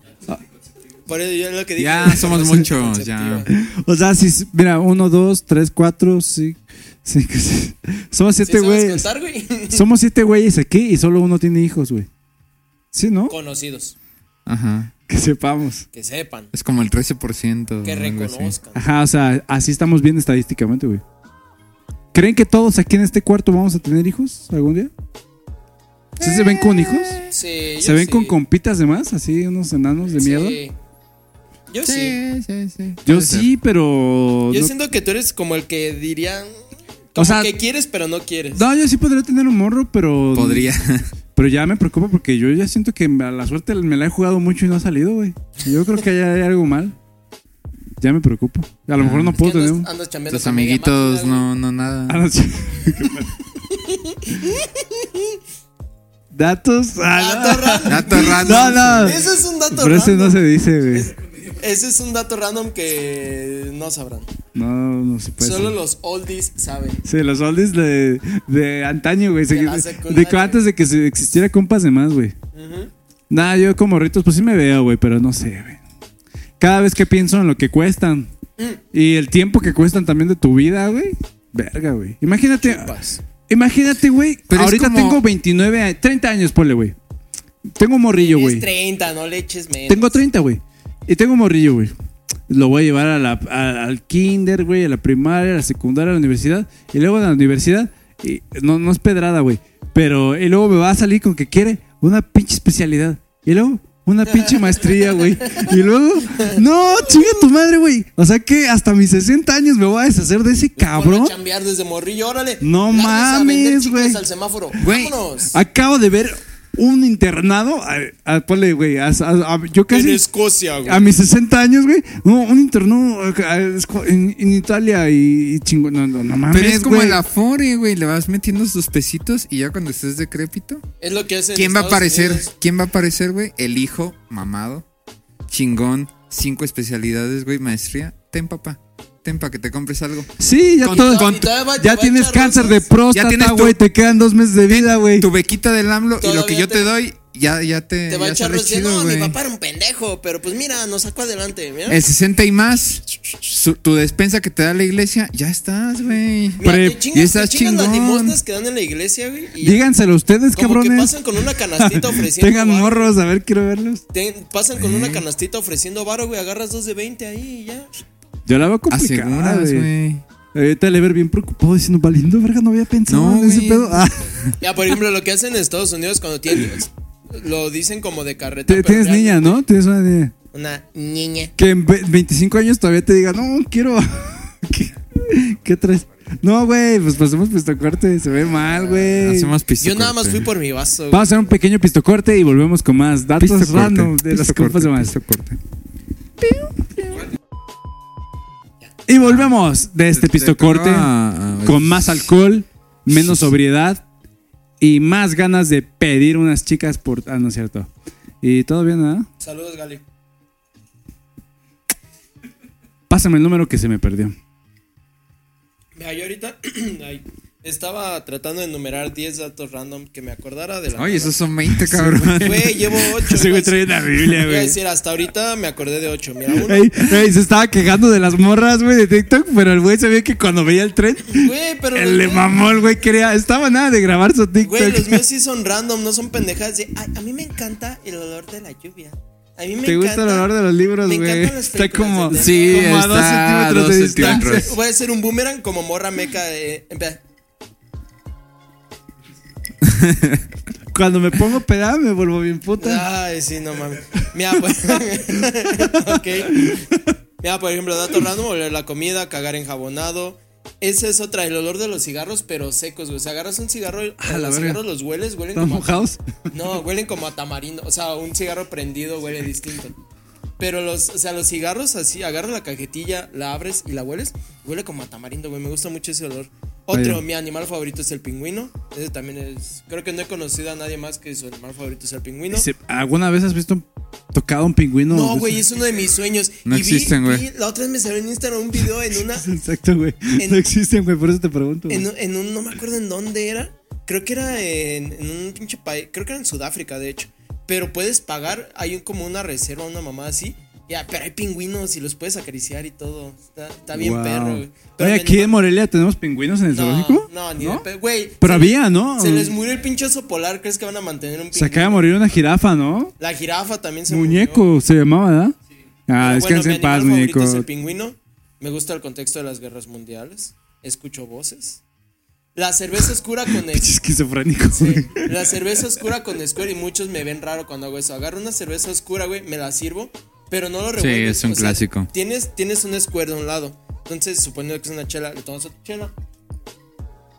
S4: Por eso yo lo que dije.
S3: Ya somos
S4: información
S3: muchos, ya.
S4: anticonceptiva.
S1: O sea, si, s- mira, 1, 2, 3, 4, 5, 5, Somos
S4: ¿Sí
S1: 7
S4: sabes
S1: güeyes.
S4: contar, güey?
S1: Somos 7 güeyes aquí y solo uno tiene hijos, güey. ¿Sí, no?
S4: Conocidos.
S3: Ajá.
S1: Que sepamos.
S4: Que sepan.
S3: Es como el 13%.
S4: Que
S3: o algo así.
S4: reconozcan.
S1: Ajá, o sea, así estamos bien estadísticamente, güey. ¿Creen que todos aquí en este cuarto vamos a tener hijos algún día? ¿Sí se ven con hijos?
S4: Sí, Eh, yo
S1: ¿Se ven
S4: sí.
S1: con compitas de más? Así, unos enanos de
S4: Sí.
S1: mierda.
S4: Yo sí.
S3: Sí, sí, sí.
S1: Yo
S3: Puede ser.
S1: sí, pero.
S4: Yo
S1: no-
S4: siento que tú eres como el que diría. Como
S1: sea-
S4: que quieres, pero no quieres.
S1: No, yo sí podría tener un morro, pero.
S3: Podría.
S1: Pero ya me preocupa porque yo ya siento que a la suerte me la he jugado mucho y no ha salido, güey. Yo creo que ya hay algo mal. Ya me preocupo. A lo mejor no
S4: Ah, Es que
S1: puedo tener un.
S4: andas, andas chambeando
S3: Los
S4: con media
S3: amiguitos,
S4: máquina, güey.
S3: no, no, nada.
S1: Ah, no, sí. Qué mal. Datos. Ah,
S4: Dato random.
S3: Dato
S1: no,
S3: random.
S1: no. no.
S4: Eso es un dato
S1: Pero ese
S4: random.
S1: no se dice, güey.
S4: Ese es un dato random que no sabrán.
S1: No, no se puede.
S4: Solo
S1: decir.
S4: los oldies saben.
S1: Sí, los oldies de, de antaño, güey.
S4: De la
S1: De,
S4: secundaria.
S1: que antes de que se- existiera compas de más, güey. Nah, yo como ritos, pues sí me veo, güey, pero no sé, güey. Cada vez que pienso en lo que cuestan
S4: Mm.
S1: y el tiempo que cuestan también de tu vida, güey. Verga, güey. Imagínate,
S4: Chupas.
S1: imagínate, güey.
S3: Pero es
S1: Ahorita
S3: como-
S1: tengo 29, a- 30 años, ponle, güey. Tengo un morrillo,
S4: Tienes
S1: güey.
S4: 30, no le eches menos.
S1: Tengo 30, güey. Y tengo un morrillo, güey. Lo voy a llevar a la- a- al kinder, güey, a la primaria, a la secundaria, a la universidad. Y luego a la universidad, y, no, no es pedrada, güey. Pero, y luego me va a salir con que quiere una pinche especialidad. Y luego, una pinche maestría, güey. Y luego, no, chinga tu madre, güey. O sea que hasta mis 60 años me voy a deshacer de ese
S4: Ponlo
S1: cabrón.
S4: a chambear desde morrillo, órale.
S1: No
S4: Lárguense a vender
S1: mames,
S4: chicles
S1: güey.
S4: al semáforo.
S3: Güey,
S4: Vámonos.
S1: Acabo de ver un internado. A, a- ponle, güey. a- a- a- yo casi.
S4: En Escocia, güey.
S1: A mis 60 años, güey. No, un interno en, en Italia y, y chingo. No, no, no mames.
S3: Pero Ah, es como
S1: güey.
S3: el Afore, güey. Le vas metiendo sus pesitos y ya cuando estés decrépito.
S4: Es lo que hacen.
S3: ¿Quién va a
S4: Estados
S3: aparecer?
S4: Unidos.
S3: ¿Quién va a aparecer, güey? El hijo mamado. Chingón. Cinco especialidades, güey. Maestría. Ten, papá. Ten para que te compres algo.
S1: Sí, ya
S3: Con-
S1: todo.
S4: con- Y todavía va-
S1: ya
S4: va a
S1: tienes
S4: echar
S1: cáncer de
S4: rosas.
S3: Ya
S1: próstata,
S3: tienes tu-
S1: güey. Te quedan dos meses de vida, güey.
S3: Tu bequita del AMLO y lo que
S4: Todavía
S3: yo
S4: te-
S3: te doy, ya, ya te.
S4: Te va a
S3: Eh, ya
S4: echar
S3: sale
S4: los
S3: chido,
S4: no, mi
S3: güey. Eh,
S4: papá era un pendejo, pero pues mira, nos sacó adelante, mira.
S3: El 60 y más, su- tu despensa que te da la iglesia, ya estás, güey.
S4: Mira, te
S1: prep,
S4: chingas-
S3: y
S4: te
S3: estás
S4: chingas las
S3: chingón.
S4: limosnas que dan en la iglesia, güey. y
S1: Díganselo ustedes,
S4: como que
S1: cabrones.
S4: pasan con una canastita ofreciendo.
S1: Tengan
S4: varo.
S1: morros, a ver, quiero verlos.
S4: Ten- pasan con
S3: Eh.
S4: una canastita ofreciendo varo, güey. Agarras dos de 20 ahí y ya.
S1: Yo la veo complicada,
S3: Aseguras,
S1: güey.
S3: güey.
S1: Ahorita le ver bien preocupado diciendo, valiendo, verga, no había pensado
S3: No,
S1: en ese
S3: güey.
S1: pedo. Ah,
S4: Ya, por ejemplo, lo que hacen en Estados Unidos cuando tienen. Lo dicen como de carreta.
S1: te-
S4: pero
S1: tienes
S4: realmente-
S1: niña, ¿no? Tienes una niña.
S4: Una niña.
S1: Que en ve- 25 años todavía te diga, no, quiero. ¿Qué, qué traes? No, güey, pues pasemos pistocorte, se ve mal, güey.
S3: Hacemos pistocorte.
S4: Yo nada más fui por mi vaso.
S1: Vamos a hacer un pequeño pistocorte y volvemos con más datos
S3: Pistocorte,
S1: random Ah, de las
S3: pistocorte,
S1: compas de Este más.
S3: pistocorte.
S1: Y volvemos de este
S3: Te- te
S1: pistocorte
S3: tocaba-
S1: con más alcohol, menos sobriedad y más ganas de pedir unas chicas por. Ah, no es cierto. Y todavía nada.
S4: güey. Saludos, Gali.
S1: Pásame el número que se me perdió.
S4: Mira, yo ahorita ay, estaba tratando de enumerar 10 datos random que me acordara de la.
S3: Oye, esos son 20, cabrón.
S4: Güey, llevo 8.
S1: Ese güey trae una Biblia,
S4: Voy a
S1: güey.
S4: decir, hasta ahorita me acordé de 8. Mira, uno.
S1: Ey, ey, se estaba quejando de las morras, güey, de TikTok, pero el güey sabía que cuando veía el tren,
S4: Güey, pero. los
S1: el le
S4: míos-
S1: mamó el güey quería, estaba nada de grabar su
S4: Güey, los
S1: TikTok.
S4: míos sí son random, no son pendejadas. de, "Ay, a mí me encanta el olor de la lluvia. A mí me
S1: Te gusta el
S4: encanta-
S1: olor de los libros,
S4: me
S1: güey.
S4: encantan las
S1: Está
S4: películas
S1: como,
S4: de terror".
S3: Sí,
S1: como a dos
S3: está a
S1: centímetros de
S3: dos
S1: distancia.
S3: centímetros.
S4: Voy a hacer un boomerang como morra meca. eh, en plan,
S1: Cuando me pongo pedada me
S4: Ah,
S1: vuelvo bien puta.
S4: Ay, sí, no mames. Mira, pues. ok. Mira, Mira, por ejemplo, dato random, oler la comida, cagar enjabonado. Esa es otra, el olor de los cigarros, pero secos, güey. O sea, agarras un cigarro,
S1: A la
S4: los
S1: verga.
S4: cigarros los hueles, huelen
S1: ¿Están
S4: como a-
S1: mojados?
S4: No, huelen como a tamarindo. O sea, un cigarro prendido huele distinto. Pero los, o sea, los cigarros así, agarras la cajetilla, la abres y la hueles, huele como a tamarindo, güey. Me gusta mucho ese olor. Otro,
S1: Vaya.
S4: mi animal favorito es el pingüino. Ese también es. Creo que no he conocido a nadie más que su animal favorito es el pingüino.
S1: Dice, ¿Alguna vez has visto un- tocado un pingüino?
S4: No, güey,
S1: pues,
S4: es uno de mis sueños.
S3: No
S4: y vi-
S3: existen, güey.
S4: vi- La otra vez me salió en Instagram un video en una.
S1: Exacto, güey.
S4: En-
S1: No existen, güey, por eso te pregunto. güey.
S4: En, un- en un, no me acuerdo en dónde era. Creo que era en, en un pinche país. Creo que era en Sudáfrica, de hecho. Pero puedes pagar, hay un- como una reserva, una mamá así. Ya, pero hay pingüinos y los puedes acariciar y todo. Está, está bien
S1: Wow.
S4: perro, güey. Pero
S1: Oye,
S4: mi
S1: aquí en
S4: animal-
S1: Morelia tenemos pingüinos en el zoológico.
S4: No, no, ni de pe- Güey.
S1: Pero
S4: se le-
S1: había, ¿no?
S4: Se les murió el pinche oso polar. ¿Crees que van a mantener un
S1: Se
S4: pingüino?
S1: acaba de morir una jirafa, ¿no?
S4: La jirafa también se
S1: Este Muñeco,
S4: murió.
S1: se llamaba, ¿verdad? Ah,
S4: Pero
S1: descansa
S4: bueno, mi
S1: en paz,
S4: animal favorito
S1: muñeco.
S4: Es el pingüino. Me gusta el contexto de las guerras mundiales. Escucho voces. La cerveza oscura con el.
S1: Pinche esquizofrénico, güey.
S4: Sí, La cerveza oscura con Square y muchos me ven raro cuando hago eso. Agarro una cerveza oscura, güey, me la sirvo, pero no lo revuelvo.
S3: es un clásico.
S4: Tienes, tienes un Square de un lado. Entonces, suponiendo que es una chela, le tomas otra chela.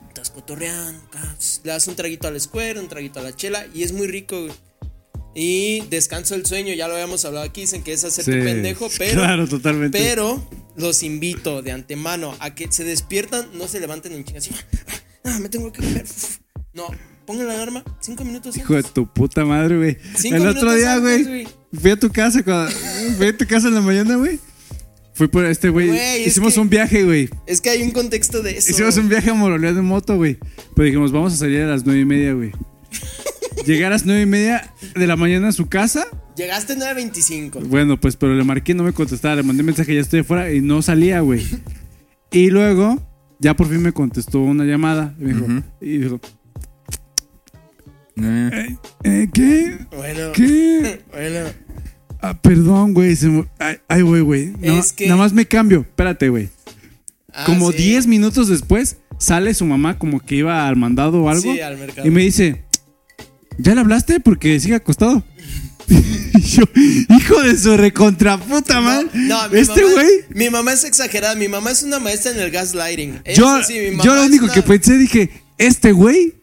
S4: Estás cotorreando, acá, le das un traguito al Square, un traguito a la chela y es muy rico, güey. Y descanso el sueño, ya lo habíamos hablado aquí, dicen que es hacerte
S1: Sí,
S4: pendejo,
S1: sí,
S4: pero
S1: Claro, totalmente.
S4: pero los invito de antemano a que se despiertan, no se levanten en chingas. Ah, me tengo que comer. No, pongan la alarma cinco minutos.
S1: Hijo de
S4: antes.
S1: tu puta madre, güey.
S4: Cinco
S1: El otro
S4: minutos
S1: día,
S4: antes,
S1: güey, fui a tu casa, cuando- fui a tu casa en la mañana, güey. Fui por este, güey.
S4: Güey, es
S1: Hicimos
S4: que-
S1: un viaje, güey.
S4: Es que hay un contexto de eso.
S1: Hicimos un viaje a Moroleón de moto, güey. Pero dijimos, vamos a salir a las nueve y media, güey. Llegué a las nueve y media de la mañana a su casa.
S4: Llegaste 9.25.
S1: Bueno, pues, pero le marqué, no me contestaba. Le mandé mensaje, ya estoy afuera y no salía, güey. Y luego, ya por fin me contestó una llamada. Y, me dijo,
S3: Ujú.
S1: y dijo,
S3: Eh,
S1: "Eh, ¿qué?
S4: Bueno.
S1: ¿Qué?
S4: Bueno.
S1: Ah, perdón, güey. se me- Ay, ay, güey, güey. No,
S4: Es que-
S1: Nada más me cambio. Espérate, güey.
S4: Ah,
S1: como
S4: sí.
S1: 10 minutos después, sale su mamá como que iba al mandado o algo.
S4: Sí, al mercado.
S1: Y me dice, ¿ya le hablaste? Porque sigue acostado. Y yo, hijo de su recontraputa, mal.
S4: No, mi
S1: este
S4: mamá-
S1: güey.
S4: Mi mamá es exagerada. Mi mamá es una maestra en el gaslighting. Eso
S1: Yo,
S4: sí, mi mamá
S1: yo lo
S4: es
S1: único
S4: una-
S1: que pensé, dije, este güey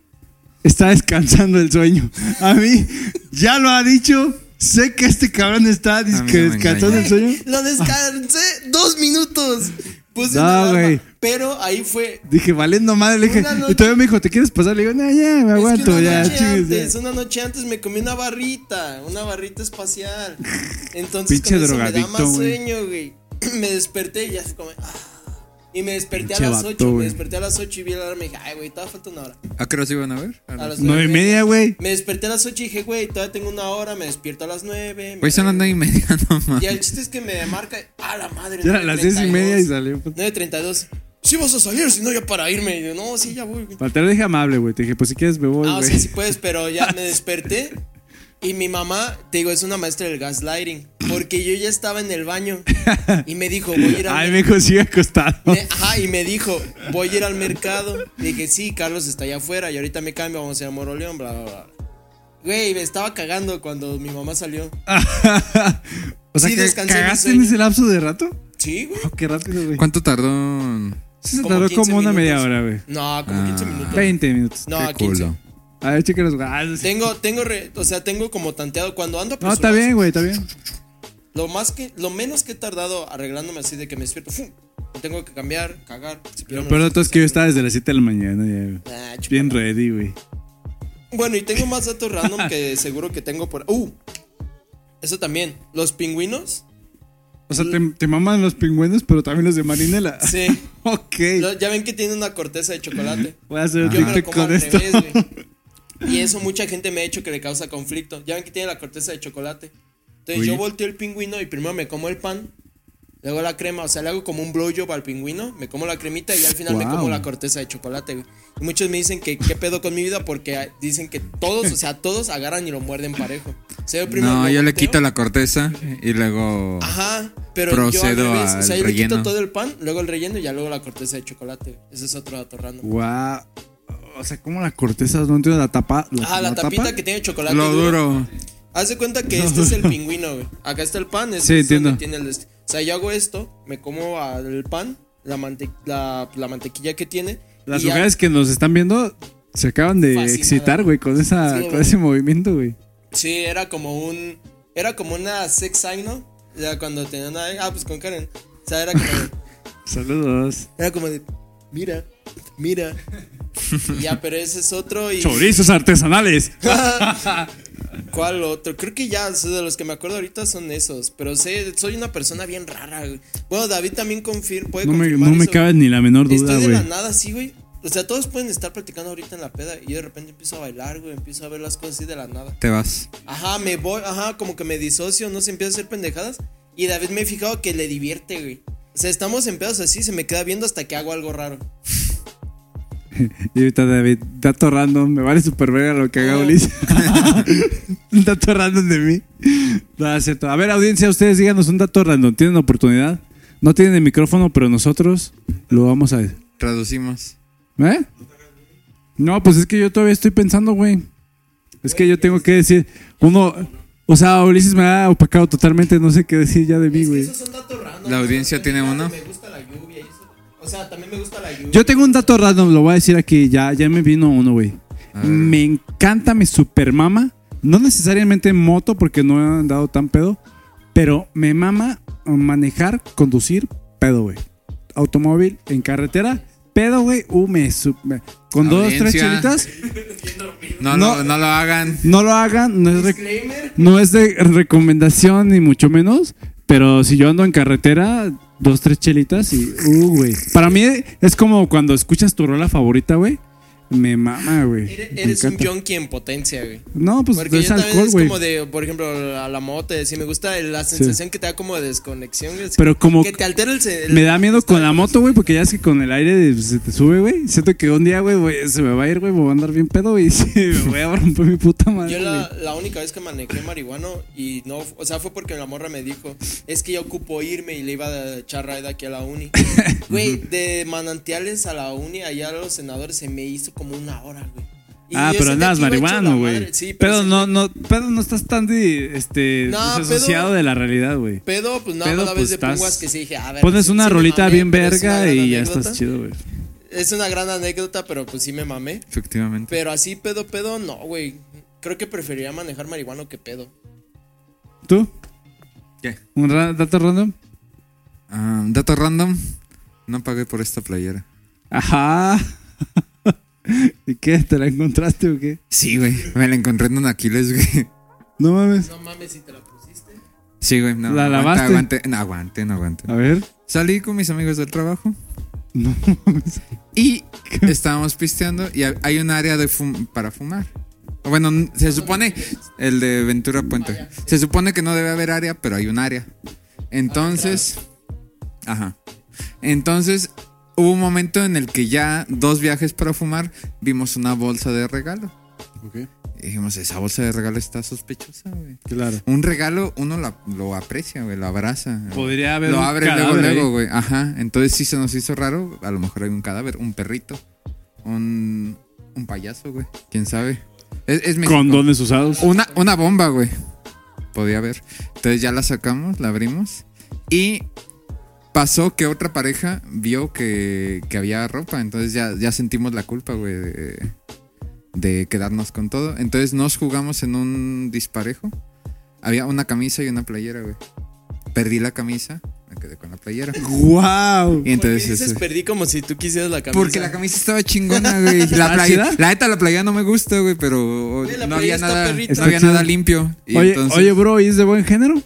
S1: está descansando el sueño. A mí, ya lo ha dicho. Sé que este cabrón está
S3: no
S1: dizque
S3: me
S1: descansando el
S3: engañes.
S1: sueño.
S4: Lo descansé dos minutos. Puse
S1: No,
S4: una alarma,
S1: güey.
S4: Pero ahí fue.
S1: Dije, valiendo madre, le dije.
S4: Una noche-
S1: Y todavía me dijo, ¿te quieres pasar? Le digo, no, ya, me
S4: Es que
S1: aguanto,
S4: una
S1: ya,
S4: Noche
S1: chingues, ya".
S4: antes, una noche antes me comí una barrita, una barrita espacial. Entonces
S1: Pinche
S4: con eso me da
S1: drogadicto,
S4: más
S1: güey.
S4: sueño, güey. Me desperté y ya se come. Y me desperté
S1: Pinche
S4: a las
S1: vato,
S4: 8, me
S1: güey.
S4: desperté a las 8 y vi la alarma y dije, ay, güey, todavía falta una hora.
S3: ¿A qué hora se iban a ver? A
S4: A las
S1: Nueve y media, güey.
S4: Me desperté a las 8 y dije, güey, todavía tengo una hora, me despierto a las 9.
S3: Güey, son las 9 y media nomás.
S4: Y el chiste es que me marca, a la madre.
S1: Ya eran las diez y media y
S4: 9:32.
S1: salió.
S4: 9.32. Sí vas a salir, si no ya para irme. Y yo, no, sí, ya voy, güey.
S1: Pero te lo dije amable, güey. Te dije, pues si quieres me voy,
S4: Ah,
S1: güey.
S4: sí, sí puedes, pero ya me desperté. Y mi mamá, te digo, es una maestra del gaslighting. Porque yo ya estaba en el baño. Y me dijo, voy a ir al
S1: Ay,
S4: mer-
S1: me consigue acostado.
S4: me- ajá, y me dijo, voy a ir al mercado. Y dije, sí, Carlos está allá afuera. Y ahorita me cambio, vamos a ir a Moroleón, bla, bla, bla. Güey, me estaba cagando cuando mi mamá salió.
S1: o sea,
S4: Sí,
S1: que
S4: descansé en
S1: ¿cagaste
S4: mi
S1: en
S4: sueño.
S1: ese lapso de rato?
S4: Sí, güey.
S1: Oh, qué rápido, güey.
S3: ¿Cuánto tardó? en-
S1: Sí, se
S4: Como
S1: tardó
S4: 15
S1: como una media
S4: minutos.
S1: hora, güey.
S4: No, como 15 minutos.
S1: 20 minutos.
S4: No,
S3: Qué
S4: 15.
S3: culo.
S1: A ver, chequen los. Ah, sí.
S4: Tengo, tengo, re- o sea, tengo como tanteado cuando ando
S1: No, está
S4: apresurado,
S1: bien, güey, está bien.
S4: Lo más que, lo menos que he tardado arreglándome así de que me despierto, ¡fum! Me tengo que cambiar, cagar. cepillarme
S1: Pero
S4: los
S1: todo es que yo estaba desde las 7 de la mañana ya, güey.
S4: dientes. Ah, chupa.
S1: Bien ready, güey.
S4: Bueno, y tengo más datos random que seguro que tengo por. ¡Uh! Eso también. Los pingüinos.
S1: O sea, te, te maman los pingüinos, pero también los de marinela.
S4: Sí.
S1: ok.
S4: Lo- ya ven que tiene una corteza de chocolate.
S1: Voy a hacer un
S4: Yo me lo
S1: TikTok
S4: como
S1: con
S4: al
S1: esto.
S4: revés, güey. Y eso mucha gente me ha hecho que le causa conflicto. Ya ven que tiene la corteza de chocolate. Entonces
S1: Oye.
S4: yo volteo el pingüino y primero me como el pan. Luego la crema, o sea, le hago como un blowjob al pingüino, me como la cremita y al final me
S1: Guau.
S4: como la corteza de chocolate, güey. Y muchos me dicen que qué pedo con mi vida porque ah, dicen que todos, o sea, todos agarran y lo muerden parejo. O sea, yo primero
S3: No,
S4: lo
S3: yo le
S4: volteo. Ah,
S3: quito la corteza y luego.
S4: Ajá, pero yo
S3: Procedo
S4: al revés, o
S3: al
S4: sea, yo le quito
S3: relleno.
S4: todo el pan, luego el relleno y ya luego la corteza de chocolate. güey. Ese es otro dato random.
S1: Guau. O sea, como la corteza, no entiendo la tapa. La,
S4: Ah, la,
S1: la
S4: tapita
S1: tapa?
S4: que tiene chocolate.
S3: Lo
S4: güey.
S3: duro.
S4: Haz de cuenta que este es el pingüino, güey. Acá está el pan, este
S1: Sí,
S4: es donde
S1: entiendo.
S4: tiene el este. O sea, yo hago esto, me como al pan, la, mante- la, la mantequilla que tiene.
S1: Las
S4: y ya-
S1: mujeres que nos están viendo se acaban de
S4: Fascinadas.
S1: excitar, güey, con, esa,
S4: Sí,
S1: con
S4: güey.
S1: ese movimiento, güey.
S4: Sí, era como un. Era como una sex sign, ¿no? O sea, cuando tenían. a- Ah, pues con Karen. O sea, era como.
S1: Saludos.
S4: era como de. Mira, mira. ya, pero ese es otro y.
S1: Chorizos artesanales.
S4: ¿Cuál otro? Creo que ya, o sea, de los que me acuerdo ahorita son esos. Pero sé, soy una persona bien rara, güey. Bueno, David también confir- puede
S1: No me,
S4: confirmar.
S1: no me
S4: eso.
S1: cabe ni la menor duda,
S4: Estoy de
S1: güey.
S4: la nada así, güey. O sea, todos pueden estar practicando ahorita en la peda. Y yo de repente empiezo a bailar, güey. Empiezo a ver las cosas así de la nada.
S3: Te vas.
S4: Ajá, me voy, ajá, como que me disocio, no se empieza a hacer pendejadas. Y David me he fijado que le divierte, güey. O sea, estamos en pedos así, se me queda viendo hasta que hago algo raro.
S1: Y ahorita, David, dato random. Me vale super verga lo que haga
S4: No.
S1: Ulises. un dato random de mí. No, es cierto. A ver, audiencia, ustedes díganos un dato random. Tienen oportunidad. No tienen el micrófono, pero nosotros lo vamos a decir.
S3: Traducimos.
S1: ¿Eh? No, pues es que yo todavía estoy pensando, güey. Es que yo tengo que decir, uno, o sea, Ulises me ha opacado totalmente, no sé qué decir ya de mí, güey.
S4: son datos random.
S3: La audiencia tiene uno.
S4: ah, Me gusta la lluvia y eso. O sea, también me gusta la lluvia.
S1: Yo tengo un dato random, lo voy a decir aquí, ya, ya me vino uno, güey. Me encanta, me super mama, no necesariamente en moto porque no he andado tan pedo, pero me mama manejar, conducir, pedo, güey. Automóvil en carretera, pedo, güey, uh, me, su- me- con dos, tres
S3: Audiencia.
S1: chelitas.
S3: No,
S1: No.
S3: Lo, no lo hagan.
S1: No lo hagan, no es, rec-
S4: Disclaimer.
S1: no es de recomendación ni mucho menos, pero si yo ando en carretera, dos, tres chelitas y... Uh, güey. Para mí es como cuando escuchas tu rola favorita, güey. Me mama, güey.
S4: Eres,
S1: Me
S4: eres un
S1: encanta.
S4: junkie en potencia, güey.
S1: No, pues
S4: Porque
S1: es
S4: yo también
S1: alcohol,
S4: es
S1: güey.
S4: como de, por ejemplo, a la moto, si me gusta la sensación que te da como de desconexión, güey.
S1: Pero como
S4: que te altera el, se- el-
S1: me da miedo con la moto, güey, porque ya es que con el aire de- se te sube, güey. Siento que un día, güey, güey, se me va a ir, güey, me voy a andar bien pedo, güey. y sí, me voy a romper mi puta madre.
S4: Yo
S1: güey.
S4: la, la única vez que manejé marihuano y no, o sea, fue porque la morra me dijo, es que yo ocupo irme y le iba a echar raid aquí a la uni. Güey, de manantiales a la uni, allá a los senadores se me hizo como una hora, güey. Y
S1: Ah,
S4: yo
S1: pero
S4: sentía
S1: andabas
S4: que iba hecho la
S1: marihuano, güey.
S4: madre. Sí, pero,
S1: pero
S4: sí,
S1: no, no, pero no estás tan de, este,
S4: No, pedo-
S1: desasociado de la realidad, güey.
S4: Pedo, pues nada
S1: Pedo,
S4: más la vez
S1: pues,
S4: de
S1: estás-
S4: pungas que sí dije, a ver.
S1: Pones
S4: sí-
S1: una
S4: sí me
S1: rolita
S4: mamé,
S1: bien
S4: pero es una
S1: verga
S4: gran
S1: y ya
S4: anécdota.
S1: estás chido, güey.
S4: Es una gran anécdota, pero pues sí me mamé.
S3: Efectivamente.
S4: Pero así pedo, pedo, no, güey. Creo que preferiría manejar marihuano que pedo.
S1: ¿Tú?
S3: ¿Qué?
S1: ¿Un ra- dato random?
S3: Ah, dato random. No pagué por esta playera.
S1: Ajá. ¿Y qué? ¿Te la encontraste o qué?
S3: Sí, güey. Me la encontré en un Aquiles, güey.
S1: No mames.
S4: No mames si te la pusiste.
S3: Sí, güey. No,
S1: ¿La
S3: aguanta,
S1: lavaste?
S3: Aguante, no, aguante, no aguante.
S1: A ver.
S3: Salí con mis amigos del trabajo.
S1: No mames.
S3: Y estábamos pisteando y ha- hay un área de fum- para fumar. O Bueno, n- se supone, el de Ventura Puente. Se supone que no debe haber área, pero hay un área. Entonces, ajá. Entonces, hubo un momento en el que ya dos viajes para fumar vimos una bolsa de regalo. Y dijimos, esa bolsa de regalo está sospechosa, güey.
S1: Claro.
S3: Un regalo uno la- lo aprecia, güey, lo abraza. güey.
S1: Podría haber
S3: Lo
S1: un
S3: abre luego,
S1: cadáver ahí.
S3: luego, güey. Ajá. Entonces sí se nos hizo raro. A lo mejor hay un cadáver, un perrito, un, un payaso, güey. ¿Quién sabe? Es, es México. Uh,
S1: Condones usados.
S3: Una, una bomba, güey. Podía haber. Entonces ya la sacamos, la abrimos. Y pasó que otra pareja vio que, que había ropa. Entonces ya, ya sentimos la culpa, güey, de, de quedarnos con todo. Entonces nos jugamos en un disparejo. Había una camisa y una playera, güey. Perdí la camisa, me quedé con la playera.
S1: ¡Wow!
S3: Y entonces... este,
S4: dices,
S3: ese-
S4: perdí como si tú quisieras la camisa.
S3: porque la camisa estaba chingona, güey. La,
S1: ¿Ah,
S3: playa,
S1: chida?
S3: la neta, la playera no me gusta, güey, pero
S4: Güey, la
S3: no
S4: playera
S3: había
S4: está
S3: nada,
S4: perrita.
S3: no había
S1: Está
S3: nada
S1: chida.
S3: limpio. Y
S1: Oye,
S3: entonces-
S1: oye, bro, ¿y es de buen género?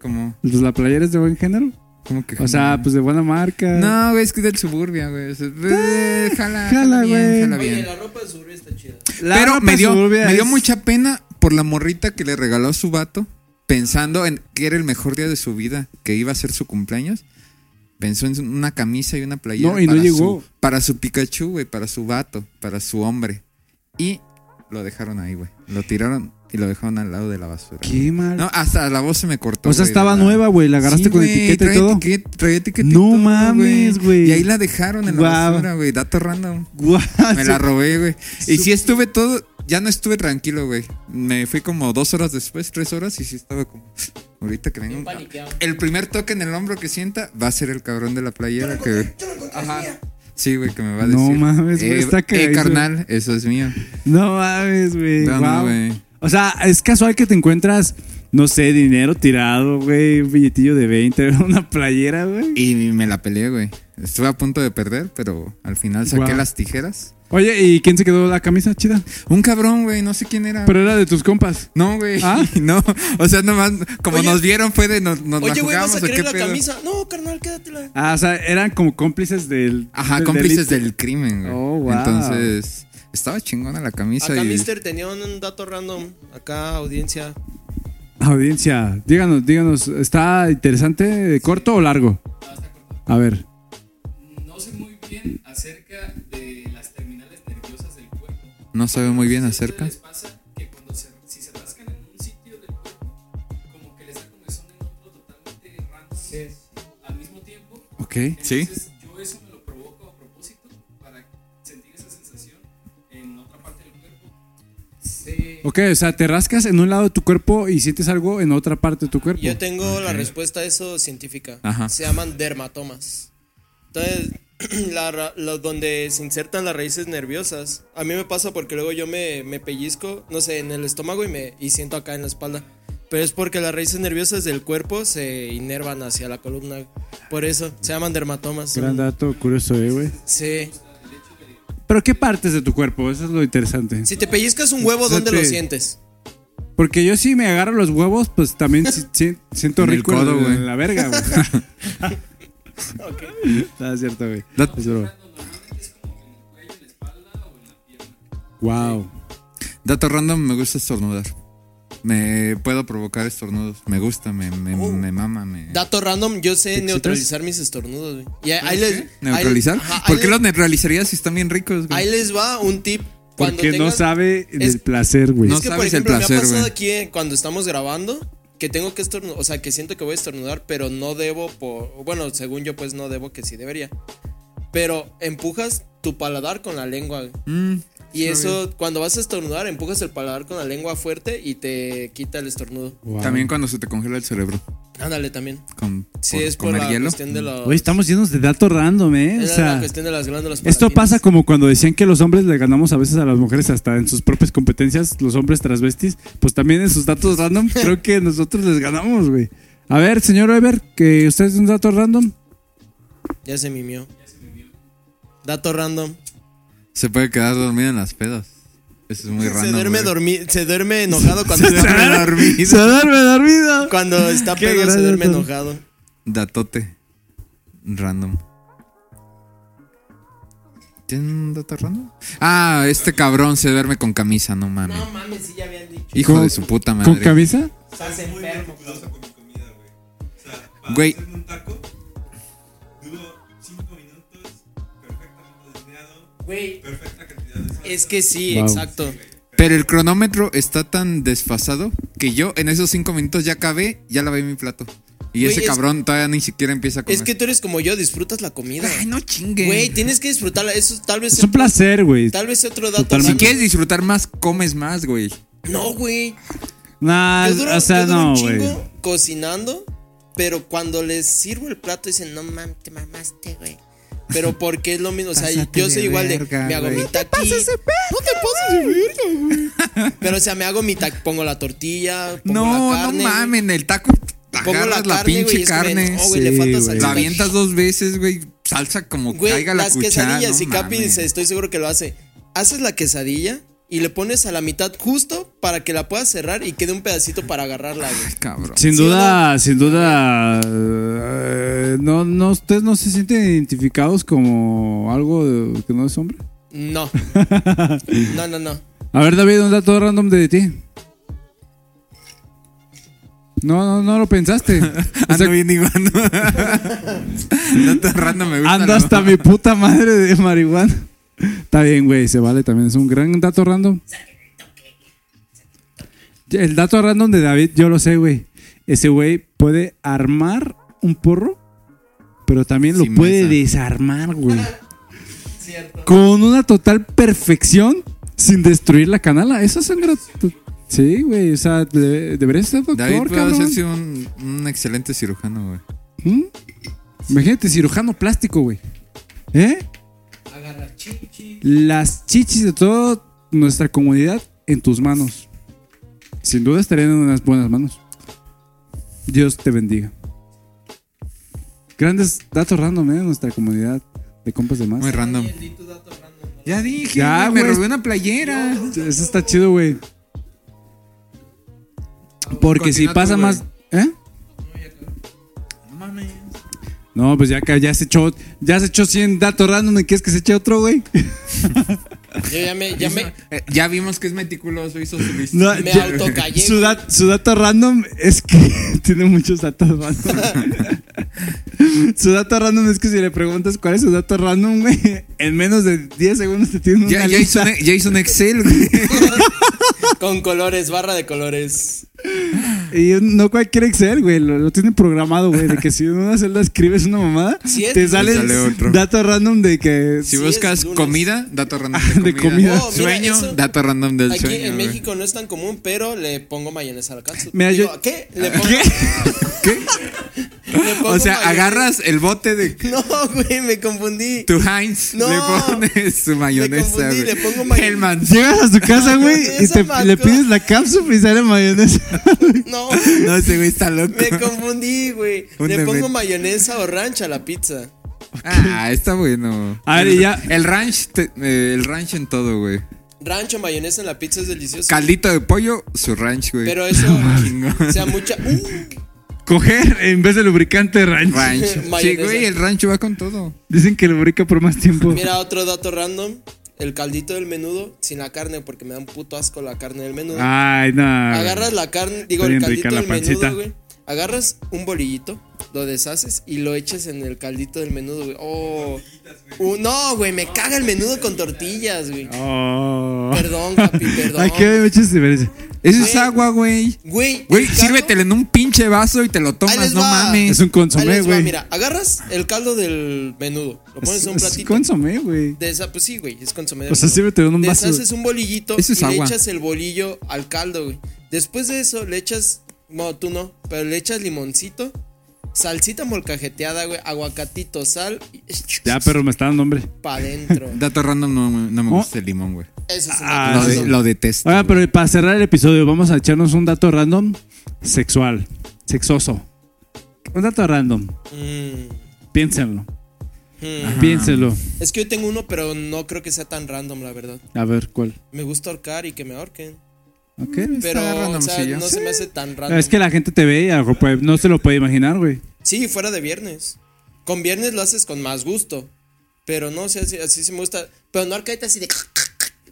S3: Como,
S1: Pues la playera es de buen género.
S3: como que.
S1: O sea, pues de buena marca.
S3: No, güey, es que es del suburbia, güey. O sea, eh, jala,
S1: jala,
S3: jala bien,
S1: güey.
S3: jala
S4: Oye,
S3: bien.
S4: la ropa de Suburbia está chida.
S1: La
S3: Pero
S1: ropa
S3: me dio,
S1: suburbia
S3: me dio
S1: es-
S3: mucha pena por la morrita que le regaló a su vato, pensando en que era el mejor día de su vida, que iba a ser su cumpleaños. Pensó en una camisa y una playera.
S1: No, y no
S3: para
S1: llegó.
S3: Su, para su Pikachu, güey, para su vato, para su hombre. Y lo dejaron ahí, güey. Lo tiraron y lo dejaron al lado de la basura.
S1: Qué mal.
S3: No, hasta la voz se me cortó.
S1: o sea,
S3: güey, de
S1: estaba
S3: la-
S1: nueva, güey. La agarraste
S3: Sí,
S1: con
S3: güey,
S1: etiqueta y
S3: trae
S1: todo.
S3: etiquet- trae etiqueta y
S1: No
S3: todo,
S1: mames, güey.
S3: Y ahí la dejaron en la
S1: Guau.
S3: basura, güey. Dato random.
S1: Guau,
S3: Me la robé, güey. Y sí estuve todo. ya no estuve tranquilo, güey. Me fui como dos horas después, tres horas, y sí estaba como. Ahorita que venga un-
S4: paniqueado.
S3: El primer toque en el hombro que sienta va a ser el cabrón de la playera que. Ajá. Sí, güey, que me va a
S1: No
S3: decir.
S1: mames, güey,
S3: eh,
S1: está
S3: eh,
S1: cagadísimo".
S3: carnal, eso es mío.
S1: No mames, güey.
S3: No, no,
S1: guau.
S3: güey.
S1: O sea, es casual que te encuentras, no sé, dinero tirado, güey, un billetillo de 20, una playera, güey.
S3: Y me la peleé, güey. Estuve a punto de perder, pero al final saqué
S1: Guau.
S3: las tijeras.
S1: Oye, ¿y quién se quedó la camisa chida?
S3: Un cabrón, güey, no sé quién era.
S1: Pero era de tus compas.
S3: no, güey.
S1: ¿Ah?
S3: No, o sea, nomás, como
S4: Oye.
S3: nos vieron, fue de nos, nos la
S4: Oye, güey, ¿vas
S3: jugamos
S4: a
S3: o qué
S4: querer la
S3: pedo.
S4: camisa? No, carnal, quédatela.
S1: Ah, o sea, eran como cómplices del.
S3: Ajá,
S1: del
S3: cómplices
S1: delito.
S3: del crimen, güey.
S1: Oh, wow.
S3: Entonces, estaba chingona la camisa
S4: Acá
S3: y
S4: Mister tenía un dato random. Acá, audiencia.
S1: Audiencia, díganos, díganos, ¿está interesante, corto o largo? A ver.
S2: No sé muy bien acerca de las terminales nerviosas del cuerpo.
S3: no sabe muy bien
S2: ¿A ustedes
S3: acerca.
S2: les pasa que cuando se, si se rascan en un sitio del cuerpo, como que les da comezón en otro totalmente random al mismo tiempo?
S1: Ok.
S3: Sí.
S2: Entonces, yo eso me lo provoco a propósito para sentir esa sensación en otra parte del cuerpo. Se-
S1: Ok, o sea, te rascas en un lado de tu cuerpo y sientes algo en otra parte de tu cuerpo.
S4: Yo tengo la respuesta a eso científica.
S3: Ajá.
S4: Se llaman dermatomas. Entonces, la ra- lo- donde se insertan las raíces nerviosas. A mí me pasa porque luego yo me, me pellizco, no sé, en el estómago y, me, y siento acá en la espalda. Pero es porque las raíces nerviosas del cuerpo se inervan hacia la columna. Por eso, se llaman dermatomas. Son-
S1: Gran dato curioso, eh, güey.
S4: Sí.
S1: Pero ¿qué partes de tu cuerpo? Eso es lo interesante.
S4: Si te pellizcas un huevo, ¿dónde
S1: Fíjate.
S4: lo sientes?
S1: Porque yo sí me agarro los huevos, pues también si- si- siento
S3: En el
S1: rico
S3: codo,
S1: en,
S3: güey.
S1: en la verga, güey. Está cierto, güey. Es broma. Wow.
S3: Dato random, me gusta estornudar. Me puedo provocar estornudos. Me gusta, me, me,
S4: Oh.
S3: me mama, me.
S4: Dato random, yo sé
S1: excitas?
S4: neutralizar mis estornudos. güey. Y ahí- ahí les-
S3: ¿Qué? ¿Neutralizar?
S4: ahí- ajá, ahí
S3: ¿Por qué
S4: les-
S3: los neutralizarías si están bien ricos, güey?
S4: Ahí les va un tip. Cuando
S1: Porque no
S4: tengas-
S1: sabe del
S4: es-
S1: placer, güey.
S3: No
S4: es que, por
S3: sabes el
S4: ejemplo, me
S3: placer,
S4: ha pasado
S3: güey.
S4: aquí eh, cuando estamos grabando que tengo que estornudar, o sea, que siento que voy a estornudar, pero no debo por... Bueno, según yo, pues no debo, que sí debería. Pero empujas tu paladar con la lengua. güey.
S3: Mm,
S4: Y
S3: está
S4: eso, cuando vas a estornudar, empujas el paladar con la lengua fuerte y te quita el estornudo.
S1: Wow.
S3: bien. También cuando se te congela el cerebro.
S4: Ándale también.
S3: Con,
S4: Sí,
S3: por
S4: es por
S3: comer
S4: la
S3: hielo.
S4: cuestión de los-
S1: Güey, estamos llenos de datos random, ¿eh? O
S4: es la
S1: sea,
S4: cuestión de las glándulas
S1: esto
S4: palatinas.
S1: pasa como cuando decían que los hombres le ganamos a veces a las mujeres hasta en sus propias competencias, los hombres transvestis. Pues también en sus datos random creo que nosotros les ganamos, güey. A ver, señor Weber, que usted es un dato random.
S4: Ya se mimió. Dato random.
S3: Se puede quedar dormido en las pedas. Eso es muy raro.
S4: se, duerme dormi- se duerme enojado cuando
S3: Se
S4: está,
S3: duerme
S1: Se
S3: dormido.
S1: duerme dormido.
S4: cuando está
S1: Qué
S4: pedo, se
S1: gran
S4: duerme
S1: dato.
S4: enojado.
S3: Datote. Random. ¿Tienen un dato random? Ah, este cabrón se duerme con camisa, no mames.
S4: No mames, sí ya habían dicho.
S3: Hijo
S1: Con-
S3: de su puta
S1: ¿Con
S3: madre.
S1: camisa?
S4: Estás enfermo.
S5: con mi comida, güey. O sea, para
S3: Güey.
S5: hacerme un taco, duro 5 minutos, perfectamente desmeado,
S4: Güey,
S5: perfecta cantidad de sal.
S4: es que sí,
S1: Wow.
S4: exacto.
S3: Pero el cronómetro está tan desfasado que yo en esos cinco minutos ya acabé, ya lavé mi plato. Y
S4: Güey,
S3: ese
S4: es-
S3: cabrón todavía ni siquiera empieza a comer.
S4: Es que tú eres como yo, disfrutas la comida.
S3: Ay, no chingue.
S4: Güey, tienes que disfrutarla. Eso tal vez.
S1: Es un placer, güey.
S4: Tal vez sea otro dato.
S1: Totalmente.
S3: si
S4: random.
S3: quieres disfrutar más, comes más, güey.
S4: No, güey.
S1: Nah,
S4: Yo duro,
S1: Ah, o sea,
S4: yo duro
S1: no,
S4: un
S1: güey.
S4: chingo cocinando, pero cuando les sirvo el plato dicen, no mames, te mamaste, güey. Pero porque es lo mismo, o sea,
S3: Pásate
S4: yo soy
S3: de
S4: igual
S3: verga,
S4: de. Me hago
S3: güey.
S4: mi taqui. No te pases de verga, güey. Pero o sea, me hago mi taqui, pongo la tortilla, pongo
S3: No,
S4: la carne.
S3: no mames, en el taco
S4: Pongo la
S3: agarras
S4: carne,
S3: la, pinche
S4: güey, es que me-
S3: carne.
S4: no, güey, le
S1: Sí,
S4: falta
S1: güey.
S4: salsita.
S3: La avientas dos veces, güey. Salsa como
S4: Güey,
S3: caiga la
S4: las
S3: cuchara.
S4: quesadillas,
S3: no
S4: y Capi,
S3: mames.
S4: se- estoy seguro que lo hace. Haces la quesadilla y le pones a la mitad justo para que la puedas cerrar y quede un pedacito para agarrarla, güey.
S3: Ay, cabrón.
S1: Sin
S4: ¿Sí o
S1: duda, sin duda. eh, no, no, ustedes no se sienten identificados como algo de- que no es hombre.
S4: No. No, no, no.
S1: A ver, David, un dato random de ti. No, no, no lo pensaste. O sea,
S3: Ando bien igual. Tanto random me gusta.
S1: ando
S3: ¿no?
S1: hasta mi puta madre de marihuana. Está bien, güey, se vale también. Es un gran dato random. El dato random de David, yo lo sé, güey. Ese güey puede armar un porro, pero también lo
S3: Sin
S1: puede
S3: mesa.
S1: desarmar, güey.
S4: Cierto.
S1: Con una total perfección sin destruir la canala. Eso es un gratu- Sí, güey. O sea, le- deberías ser doctor,
S3: David puede
S1: cabrón.
S3: hacerse un, un excelente cirujano, güey.
S1: ¿Mm? Imagínate, cirujano plástico, güey. ¿Eh?
S2: Agarra chichi.
S1: Las chichis de toda nuestra comunidad en tus manos. Sin duda estarían en unas buenas manos. Dios te bendiga. Grandes datos random ¿eh? de nuestra comunidad de compas de más.
S3: Muy random.
S2: Di tu dato random. ¿no?
S3: Ya dije,
S1: Ya,
S3: güey, me
S1: güey.
S3: robé una playera.
S1: Eso está chido, güey. Porque si
S3: Continúa tú,
S1: pasa
S3: güey.
S1: más. ¿Eh?
S3: No mames.
S1: No, pues ya, ca- ya se echó. Ya se echó 100 datos random. ¿Y quieres que se eche otro, güey?
S4: Yo ya me, ya me,
S3: Eh, ya vimos que es meticuloso, hizo su lista.
S1: No,
S4: me
S1: ya-
S4: autocallé.
S1: su, dat- su dato random es que tiene muchos datos random. su dato random es que si le preguntas cuál es su dato random, güey, en menos de 10 segundos te tiene una
S3: Ya, ya hizo
S1: lista.
S3: un, e, ya hizo un Excel, güey.
S4: Con colores, barra de colores.
S1: Y no cualquier Excel, güey, lo, lo tiene programado, güey, de que si en una celda escribes una mamada,
S4: Sí, es-
S1: te sale,
S3: sale otro.
S1: dato random de que...
S4: Sí,
S3: Si
S4: es
S3: buscas
S4: lunes.
S3: comida, dato random de
S1: Ah,
S3: comida.
S1: De comida.
S4: Oh, mira,
S3: sueño,
S4: eso-
S3: dato random del
S4: Aquí
S3: sueño.
S4: en
S3: güey.
S4: México no es tan común, pero le pongo mayonesa al catsup.
S1: Mira,
S4: Digo,
S1: yo-
S4: ¿Qué? Le pongo,
S1: ¿Qué?
S4: le pongo
S3: O sea,
S4: mayonesa.
S3: agarras el bote de
S4: No, güey, me confundí.
S3: tu Heinz,
S4: No.
S3: le pones su mayonesa,
S4: confundí,
S3: güey.
S4: le pongo mayonesa.
S3: Hellmann's.
S1: Llegas a su casa, güey, y
S4: Mayonesa,
S1: te,
S4: Marco.
S1: le pides la cápsula y sale mayonesa.
S4: No,
S3: No, ese güey está loco.
S4: me confundí, güey.
S3: Un
S4: Le
S3: deber.
S4: pongo mayonesa o rancha a la pizza.
S3: Ah, está bueno.
S1: A ver, y ya-
S3: El ranch, te- eh, el ranch en todo, güey.
S4: Rancho, mayonesa en la pizza es delicioso.
S3: Caldito de pollo, su ranch, güey.
S4: pero eso,
S3: Chingón.
S4: o sea, mucha. ¡Uh!
S1: Coger en vez de lubricante ranch.
S3: Ranch. Sí,
S4: Mayonesa.
S3: güey, el rancho va con todo.
S1: Dicen que lubrica por más tiempo.
S4: Mira, otro dato random. El caldito del menudo sin la carne, porque me da un puto asco la carne del menudo.
S1: Ay, no.
S4: Agarras la carne, digo,
S1: Ah, Está
S4: el
S1: bien rica
S4: caldito del
S1: la pancita.
S4: menudo, güey. Agarras un bolillito, lo deshaces y lo echas en el caldito del menudo, güey. Oh. Uh, no, güey, me caga el menudo con tortillas, güey.
S1: Oh.
S4: Perdón, papi, perdón.
S1: Ay, qué muchas diferencias.
S3: Eso es
S4: Güey.
S3: agua, güey.
S4: Güey,
S3: Güey,
S4: el caldo-
S3: sírvetelo en un pinche vaso y te lo
S4: Ahí
S3: tomas,
S4: les
S3: no
S4: va.
S1: Es
S3: mames.
S1: un
S4: Ahí
S1: consomé,
S4: les va,
S1: güey.
S4: mira, agarras el caldo del menudo, lo pones
S1: Es,
S4: en un
S1: es
S4: platito.
S1: consomé, güey.
S4: De esa, pues sí, güey, es consomé. de
S1: O sea,
S4: menudo.
S1: sírvete en un vaso.
S4: Deshaces un bolillito
S3: Eso es
S4: y
S3: agua.
S4: le echas el bolillo al caldo, güey. Después de eso le echas, no, tú no, pero le echas limoncito, salsita molcajeteada, güey, aguacatito, sal y
S1: Ya, pero me está dando hambre.
S4: pa' adentro.
S3: Dato random, no, me- no me
S1: Oh.
S3: gusta el limón, güey.
S4: Eso es
S1: Ah,
S4: una
S3: lo, de-
S1: sí. Ah.
S3: lo detesto.
S1: Ahora, pero para cerrar el episodio, vamos a echarnos un dato random sexual. Sexoso. Un dato random. Piénsenlo.
S4: Hmm.
S1: Piénsenlo.
S4: Mm. Es que yo tengo uno, pero no creo que sea tan random, la verdad.
S1: A ver, ¿cuál?
S4: Me gusta ahorcar y que me ahorquen.
S1: Ok.
S4: Pero
S3: Está
S4: o sea,
S3: randomcillo.
S4: no se me hace tan random.
S1: Es que la gente te ve y a lo mejor puede- no se lo puede imaginar, güey.
S4: Sí, fuera de viernes. Con viernes lo haces con más gusto. Pero no, o sea, así, así sí me gusta. Pero no arcadita así de.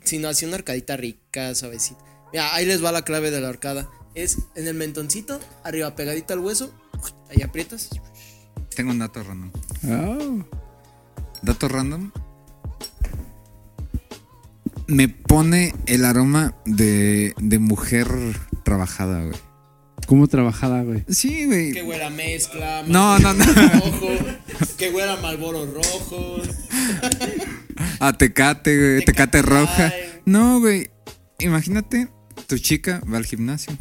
S4: Sino así una arcadita rica, suavecita. Mira, ahí les va la clave de la arcada. Es en el mentoncito, arriba pegadito al hueso. Ahí aprietas.
S3: Tengo un dato random.
S4: Oh.
S1: Ah.
S3: Dato random. Me pone el aroma de, de mujer trabajada, güey.
S1: ¿Cómo trabajada, güey?
S3: Sí, güey.
S4: Que huela mezcla.
S3: No, no, no.
S4: Rojo, que huela malboro rojo.
S3: A tecate, güey. Tecate
S4: Tecate
S3: roja.
S4: Light.
S3: No, güey. Imagínate, tu chica va al gimnasio.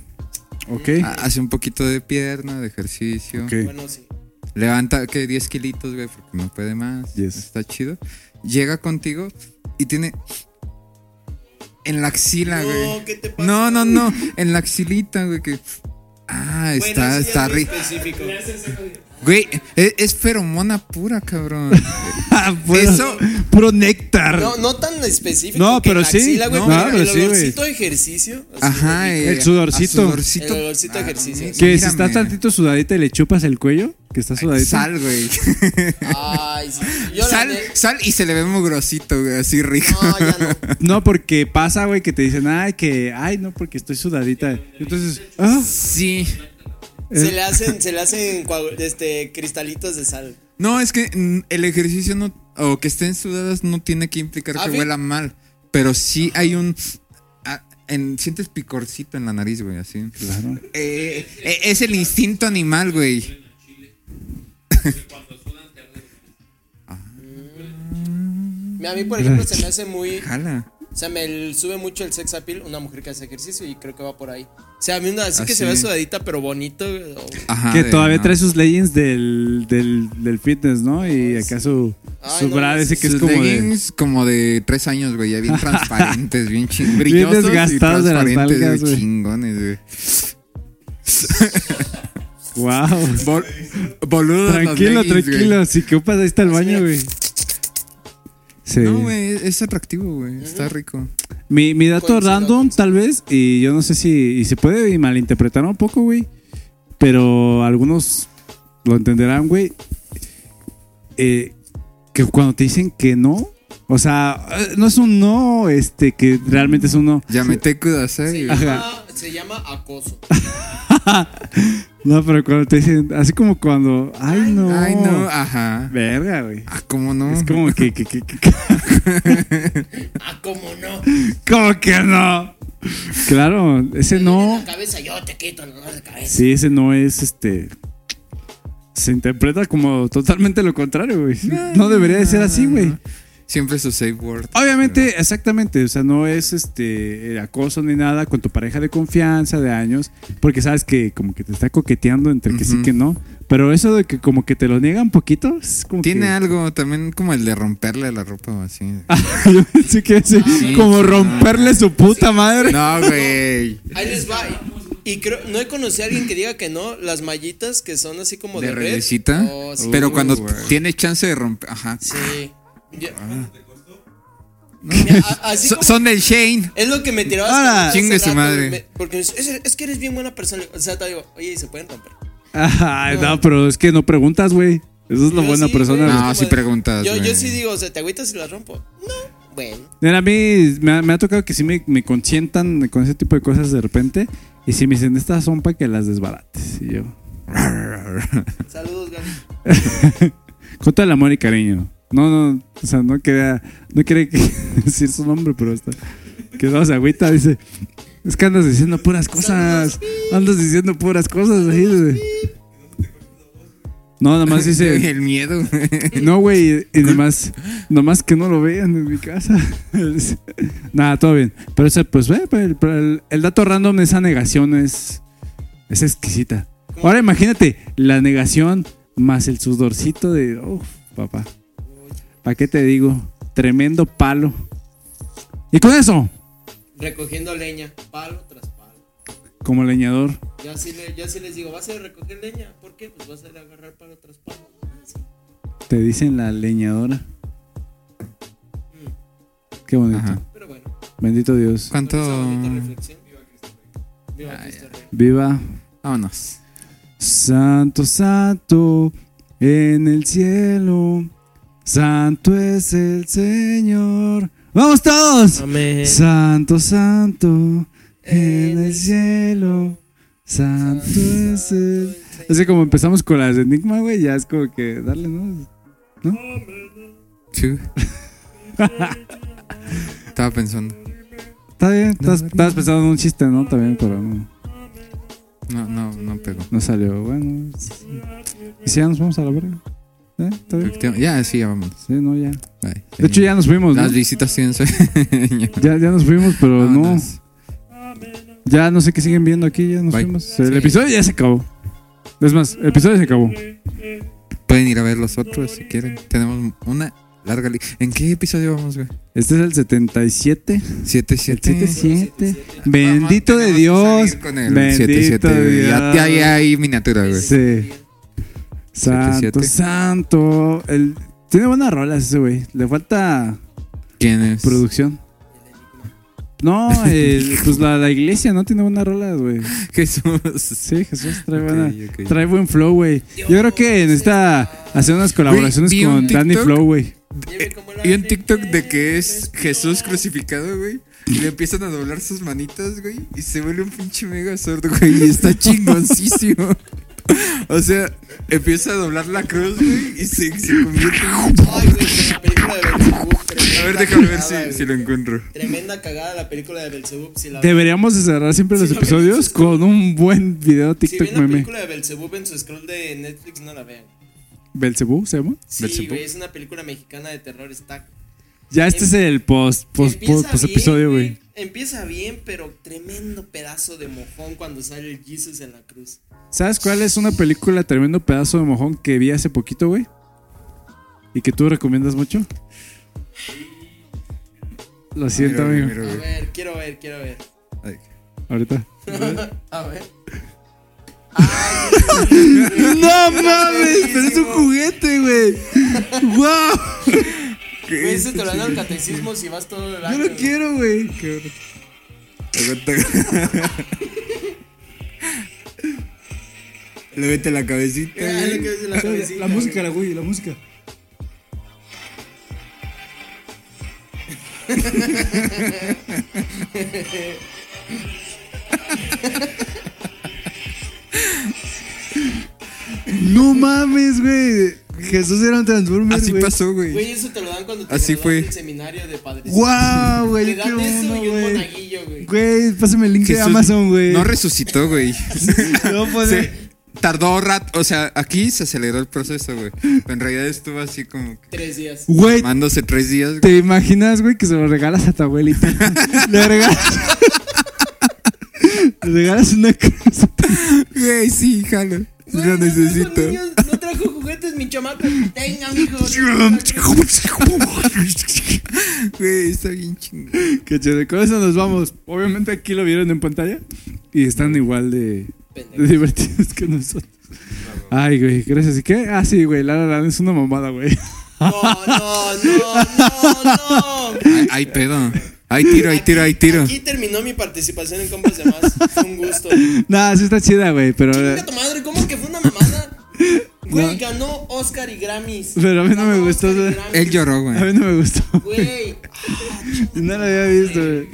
S1: Ok.
S3: ha- Hace un poquito de pierna, de ejercicio.
S1: Ok.
S4: Ah, Bueno, sí.
S3: Levanta, que 10 kilitos, güey, porque no puede más.
S1: Yes.
S3: Está chido. Llega contigo y tiene. En la axila, Ah, güey.
S4: No, ¿qué te pasa?
S3: No, no, no. En la axilita, güey, que. Ah,
S4: Bueno,
S3: está,
S4: eso ya
S3: está
S4: es muy
S3: rico.
S4: específico.
S3: Güey, es, es feromona pura, cabrón.
S1: Ah, puro,
S3: Eso-
S1: puro néctar.
S4: No, no tan específico.
S1: No,
S4: que
S1: pero
S4: la
S1: sí,
S4: axila, güey,
S1: no,
S4: pero
S1: pero
S4: el
S1: sí, güey.
S4: olorcito de ejercicio. así
S3: Ajá,
S4: rico.
S3: eh,
S1: El sudorcito.
S3: a sudorcito.
S4: El olorcito
S3: Ah,
S4: de ejercicio.
S3: mí-
S1: que si
S3: mírame.
S1: estás tantito sudadita y le chupas el cuello, que está sudadita.
S3: Sal, güey.
S4: Ay, sí. Yo la
S3: Sal,
S4: ne-
S3: sal y se le ve mugrosito, güey, así rico.
S4: No, ya no.
S1: No, porque pasa, güey, que te dicen, ay, que, ay, no, porque estoy sudadita. Entonces, ah,
S3: Sí.
S4: Se le hacen, se le hacen coagul- este, cristalitos de sal.
S3: No, es que mm, el ejercicio no, o que estén sudadas no tiene que implicar
S4: Ah,
S3: que
S4: ¿sí?
S3: huela mal. Pero sí hay un. ah, en- sientes picorcito en la nariz, güey, así.
S1: claro.
S3: Eh, eh, es el instinto animal, güey.
S4: Mira, A mí, por ejemplo, se me hace muy,
S3: Jala.
S4: O sea, me sube mucho el sex appeal una mujer que hace ejercicio y creo que va por ahí. O sea, a mí una así que
S3: Así.
S4: se ve sudadita pero bonito. güey, o-
S3: Ajá,
S1: que
S3: Ah, de-
S1: todavía
S3: no.
S1: trae sus leggings del, del, del fitness, ¿no? Y acá su,
S4: Ay,
S1: su
S4: no,
S1: bra
S4: no,
S1: ese que es
S3: Sus
S1: como de...
S3: leggings como de tres años, güey, ya bien transparentes, bien chingones. Brillosos
S1: desgastados
S3: y
S1: de las
S3: transparentes,
S1: nalgas, güey.
S3: Chingones, güey.
S1: ¡Wow!
S3: Bol- boludos los
S1: Pues, Tranquilo,
S3: leggings, güey.
S1: tranquilo. Si que opas, ahí está el baño,
S4: mira.
S1: güey. Sí.
S3: No, güey, es- es atractivo, güey. Está rico.
S1: Mi, mi dato
S4: Coincido,
S1: random, tal vez, y yo no sé si y se puede y malinterpretar un poco, güey. Pero algunos lo entenderán, güey. eh, que cuando te dicen que no, o sea, eh, no es un no, este, que realmente es un no.
S3: Ya me te cuidas,
S4: Se
S3: eh. güey.
S4: llama, se llama acoso.
S1: No, pero cuando te dicen, así como cuando, ay no,
S3: Ay, no, ajá.
S1: verga, güey.
S3: Ah, ¿cómo no?
S1: Es como que, que, que, que- que-
S4: Ah, cómo no.
S1: como que no. Claro, ese no.
S4: La cabeza, yo te quito el dolor de cabeza.
S1: Sí, ese no es este. Se interpreta como totalmente lo contrario, güey. No debería de ser así, güey.
S3: Siempre su safe word.
S1: Obviamente, exactamente. O sea, no es este eh, acoso ni nada con tu pareja de confianza de años, porque sabes que como que te está coqueteando entre que sí
S3: Ujú.
S1: que no. Pero eso de que como que te lo niega un poquito, es como
S3: Tiene
S1: que- Ah.
S3: algo también como el de romperle la ropa o así.
S1: Yo pensé que ese-
S3: sí,
S1: como
S3: sí, no.
S1: romperle su puta madre.
S3: No, güey.
S4: Ahí les va. Y creo, no he conocido a alguien que diga que no, las mallitas que son así como de,
S3: De
S4: red.
S3: relecita.
S4: Oh, sí.
S3: Pero cuando güey.
S1: tiene
S3: Chance de romper. Ajá.
S4: Sí. Yo- Mira, a- así
S3: So-
S4: como-
S3: son del Shane.
S4: Es lo que me tirabas.
S1: Ahora,
S4: cuando hace
S3: chingue su
S4: rato,
S3: madre.
S4: me- porque me dice, es, es que eres bien buena persona. O sea, te digo, oye, ¿y se pueden romper?
S1: Ay, no, pero es que no preguntas, güey. Eso es lo
S4: Yo
S1: buena
S4: sí,
S1: persona,
S4: güey.
S1: güey. Ah,
S3: No,
S4: Es
S3: sí
S4: como-
S3: preguntas,
S4: Yo, yo
S3: güey.
S4: sí digo, o sea, ¿te agüitas si la rompo? No. Bueno.
S1: Mira, a mí me ha, me ha tocado que sí me, me consientan con ese tipo de cosas de repente. Y si me dicen, estas son para que las desbarates. Y yo,
S4: Saludos, Gaby.
S1: con todo el amor y cariño. No, no, o sea, no quería, no quería que- decir su nombre, pero está. Que no se agüita, dice. Es que andas diciendo puras cosas. Andas diciendo puras cosas. ahí, güey". No, nada más dice.
S3: El miedo.
S1: No, güey, y nomás, nomás que no lo vean en mi casa. Nada, todo bien. Pero, o sea, pues, ve, pero el, pero el- el dato random de esa negación es, es exquisita. Ahora imagínate, la negación más el sudorcito de, uff, papá. ¿Para qué te digo? Tremendo palo. Y con eso,
S4: Recogiendo leña, palo tras palo.
S1: como leñador,
S4: Yo así, le- yo así les digo, ¿vas a ir a recoger leña? ¿Por qué? Pues vas a ir a agarrar palo tras palo. Ah, sí.
S1: te dicen la leñadora. Qué bonito.
S3: Ajá.
S4: Pero bueno,
S1: Bendito Dios.
S3: ¿Cuánto?
S4: esa bonita
S3: Oh.
S4: reflexión. Viva Cristo Rey. Viva Cristo Rey.
S1: Viva
S3: Vámonos.
S1: Santo, santo, en el cielo, santo es el Señor. ¡Vamos todos!
S4: Amén.
S1: Santo, santo, en el cielo, santo es el... Así como empezamos con las de Enigma, güey, ya es como que darle, ¿no?
S3: Sí. Estaba pensando.
S1: Está bien, estás, estabas pensando en un chiste, ¿no? También, pero no,
S3: No, no, no pegó.
S1: no salió. Bueno, es- y si ya nos vamos a la verga. ¿Eh? ¿Está bien?
S3: Ya, sí, ya vámonos.
S1: Sí, no, ya.
S3: Bye.
S1: De hecho, ya nos fuimos, ¿no?
S3: Las visitas tienen sueño.
S1: Ya, ya nos fuimos, pero Ah, no.
S3: Vámonos.
S1: Ya no sé qué siguen viendo aquí, ya nos
S3: Bye.
S1: fuimos. El episodio ya se acabó. Es más, el episodio se acabó.
S3: Pueden ir a ver los otros si quieren. Tenemos una larga li- ¿En qué episodio vamos, güey?
S1: Este es el 77.
S3: 7
S1: El
S3: 7
S1: 77. Bendito de Dios.
S3: Con el
S1: Bendito
S3: 77, güey. Ya,
S1: Dios.
S3: ya, ya hay miniatura, güey.
S1: Sí. Santo,
S3: 77.
S1: santo. El- tiene buenas rolas ese güey. Le falta
S3: ¿Quién es?
S1: producción. No, el- pues la, la iglesia no tiene buenas rolas, güey.
S3: Jesús.
S1: Sí, Jesús trae,
S3: Ok,
S1: buena-
S3: ok.
S1: trae buen flow, güey. Yo creo que necesita hacer unas colaboraciones
S3: vi un
S1: con Danny
S3: TikTok.
S1: Flow, güey.
S4: Libre como la
S3: Y un TikTok de
S4: leña,
S3: que es
S4: fresca.
S3: Jesús crucificado, güey. Y le empiezan a doblar sus manitas, güey. Y se vuelve un pinche mega sordo, güey. Y está chingoncísimo. O sea, empieza a doblar la cruz, güey. Y se, se convierte en...
S4: Ay, güey, la película de Belzebub.
S3: A ver,
S4: tremenda
S3: déjame ver
S4: cagada,
S3: si,
S4: güey.
S3: si lo encuentro.
S4: Tremenda cagada la película de Belzebub. Si la
S1: Deberíamos de cerrar siempre los
S4: Sí, porque
S1: episodios
S4: sí.
S1: con un buen video
S4: Si
S1: TikTok
S4: ven la
S1: meme.
S4: película de Belzebub en su scroll de Netflix, no la vean.
S1: ¿Belcebú se llama?
S4: Sí,
S3: ¿Belzebub? Pues,
S4: güey, es una película mexicana de terror. Está
S1: Ya este es el post, post, post, post episodio, güey.
S4: Empieza bien, pero tremendo pedazo de mojón cuando sale el Jesus en la cruz.
S1: ¿Sabes cuál es una película tremendo pedazo de mojón que vi hace poquito, güey? Y que tú recomiendas mucho. Lo siento, amigo.
S4: A ver, quiero ver, quiero ver.
S1: Ahorita.
S4: A ver.
S1: ¡No mames! Pero es un juguete, güey. ¡Wow!
S4: Güey, ese te lo dan al catecismo si vas todo el
S1: Yo
S4: año.
S1: lo quiero, güey.
S3: Aguanta. Le vete la cabecita.
S4: Ah, lo que ves en la cabecita,
S6: La música, la güey, la música.
S1: No mames, güey.
S6: Jesús era un Transformer,
S3: Así
S6: güey.
S3: pasó, güey.
S4: Güey, eso te lo dan cuando te
S3: Así
S4: graduaste
S3: fue.
S4: del seminario de padres.
S6: ¡Wow, güey!
S4: Te
S6: Qué
S4: dan eso
S6: bueno,
S4: y un
S6: güey.
S4: monaguillo, güey.
S6: Güey, pásame el link de
S3: Jesús
S6: Amazon, güey.
S3: No resucitó, güey.
S6: No pues, puede.
S3: Se- tardó rato. O sea, aquí se aceleró el proceso, güey. Pero en realidad estuvo así como que
S4: Tres días.
S6: Güey,
S3: tomándose tres días. güey.
S6: ¿te imaginas, güey, que se lo regalas a tu abuelita? Le regalas. Le regalas una cruz.
S3: Güey, sí, jalo.
S4: Güey,
S3: Lo
S4: no trajo
S3: necesito.
S4: niños, No trajo juguetes, mi chamaco. Tenga, mijo.
S3: Güey, está bien chingón.
S1: Qué chido. Con eso nos vamos. Obviamente aquí lo vieron en pantalla. Y están igual de, de
S4: Pendejo.
S1: divertidos que nosotros. Ay, güey, gracias. ¿Y qué? Ah, sí, güey. La La Land es una mamada, güey.
S4: No, no, no, no, no.
S3: Ay, ay, pedo. Ay, tiro, ay, tiro, ay, tiro.
S4: Aquí terminó mi participación en Compas de Más. Fue un gusto.
S6: Nah, sí está chida, güey, pero. eh,
S4: Chinga tu madre, ¿cómo que fue una mamada? Güey, ganó Oscar y Grammys.
S6: Pero a mí no me
S4: Ganó
S6: gustó,
S4: Oscar y
S6: güey.
S4: Grammys.
S3: Él lloró,
S6: A
S3: güey.
S6: mí no me gustó.
S4: Güey,
S6: No la había visto, güey.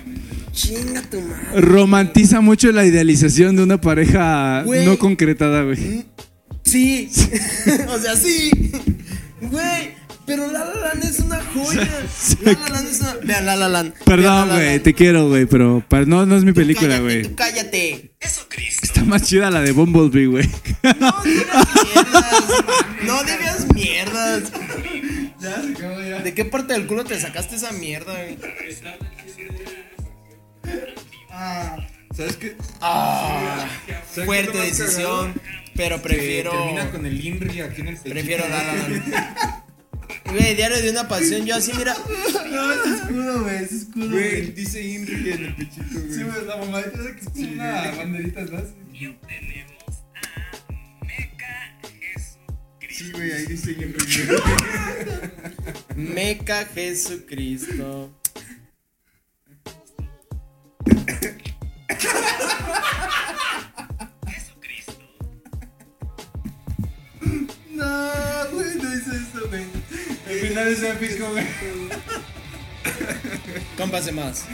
S4: chinga tu madre.
S6: Romantiza mucho la idealización de una pareja
S4: Güey.
S6: no concretada, güey.
S4: Sí. o sea, sí. Güey, pero La La Land es una joya. La La Land es una. Vean, La La Land. Vean
S6: Perdón,
S4: La La
S6: güey,
S4: Land.
S6: te quiero, güey, pero para- no, no es mi película,
S4: Cállate,
S6: güey.
S4: tú cállate.
S6: Está más chida la de Bumblebee, güey.
S4: No digas mierdas. No digas mierdas. ¿De qué parte del culo te sacaste esa mierda, güey?
S3: ¿Sabes qué?
S4: Ah, fuerte decisión. Pero prefiero.
S3: el INRI aquí en el
S4: Prefiero la la Land. Güey, diario de una pasión. Yo así, mira.
S3: Güey, dice INRI en el pechito, güey. Sí, güey, ahí dice INRI.
S4: Meca Jesucristo. No, güey, no hice eso, güey. Al final es épico, güey. Compase más.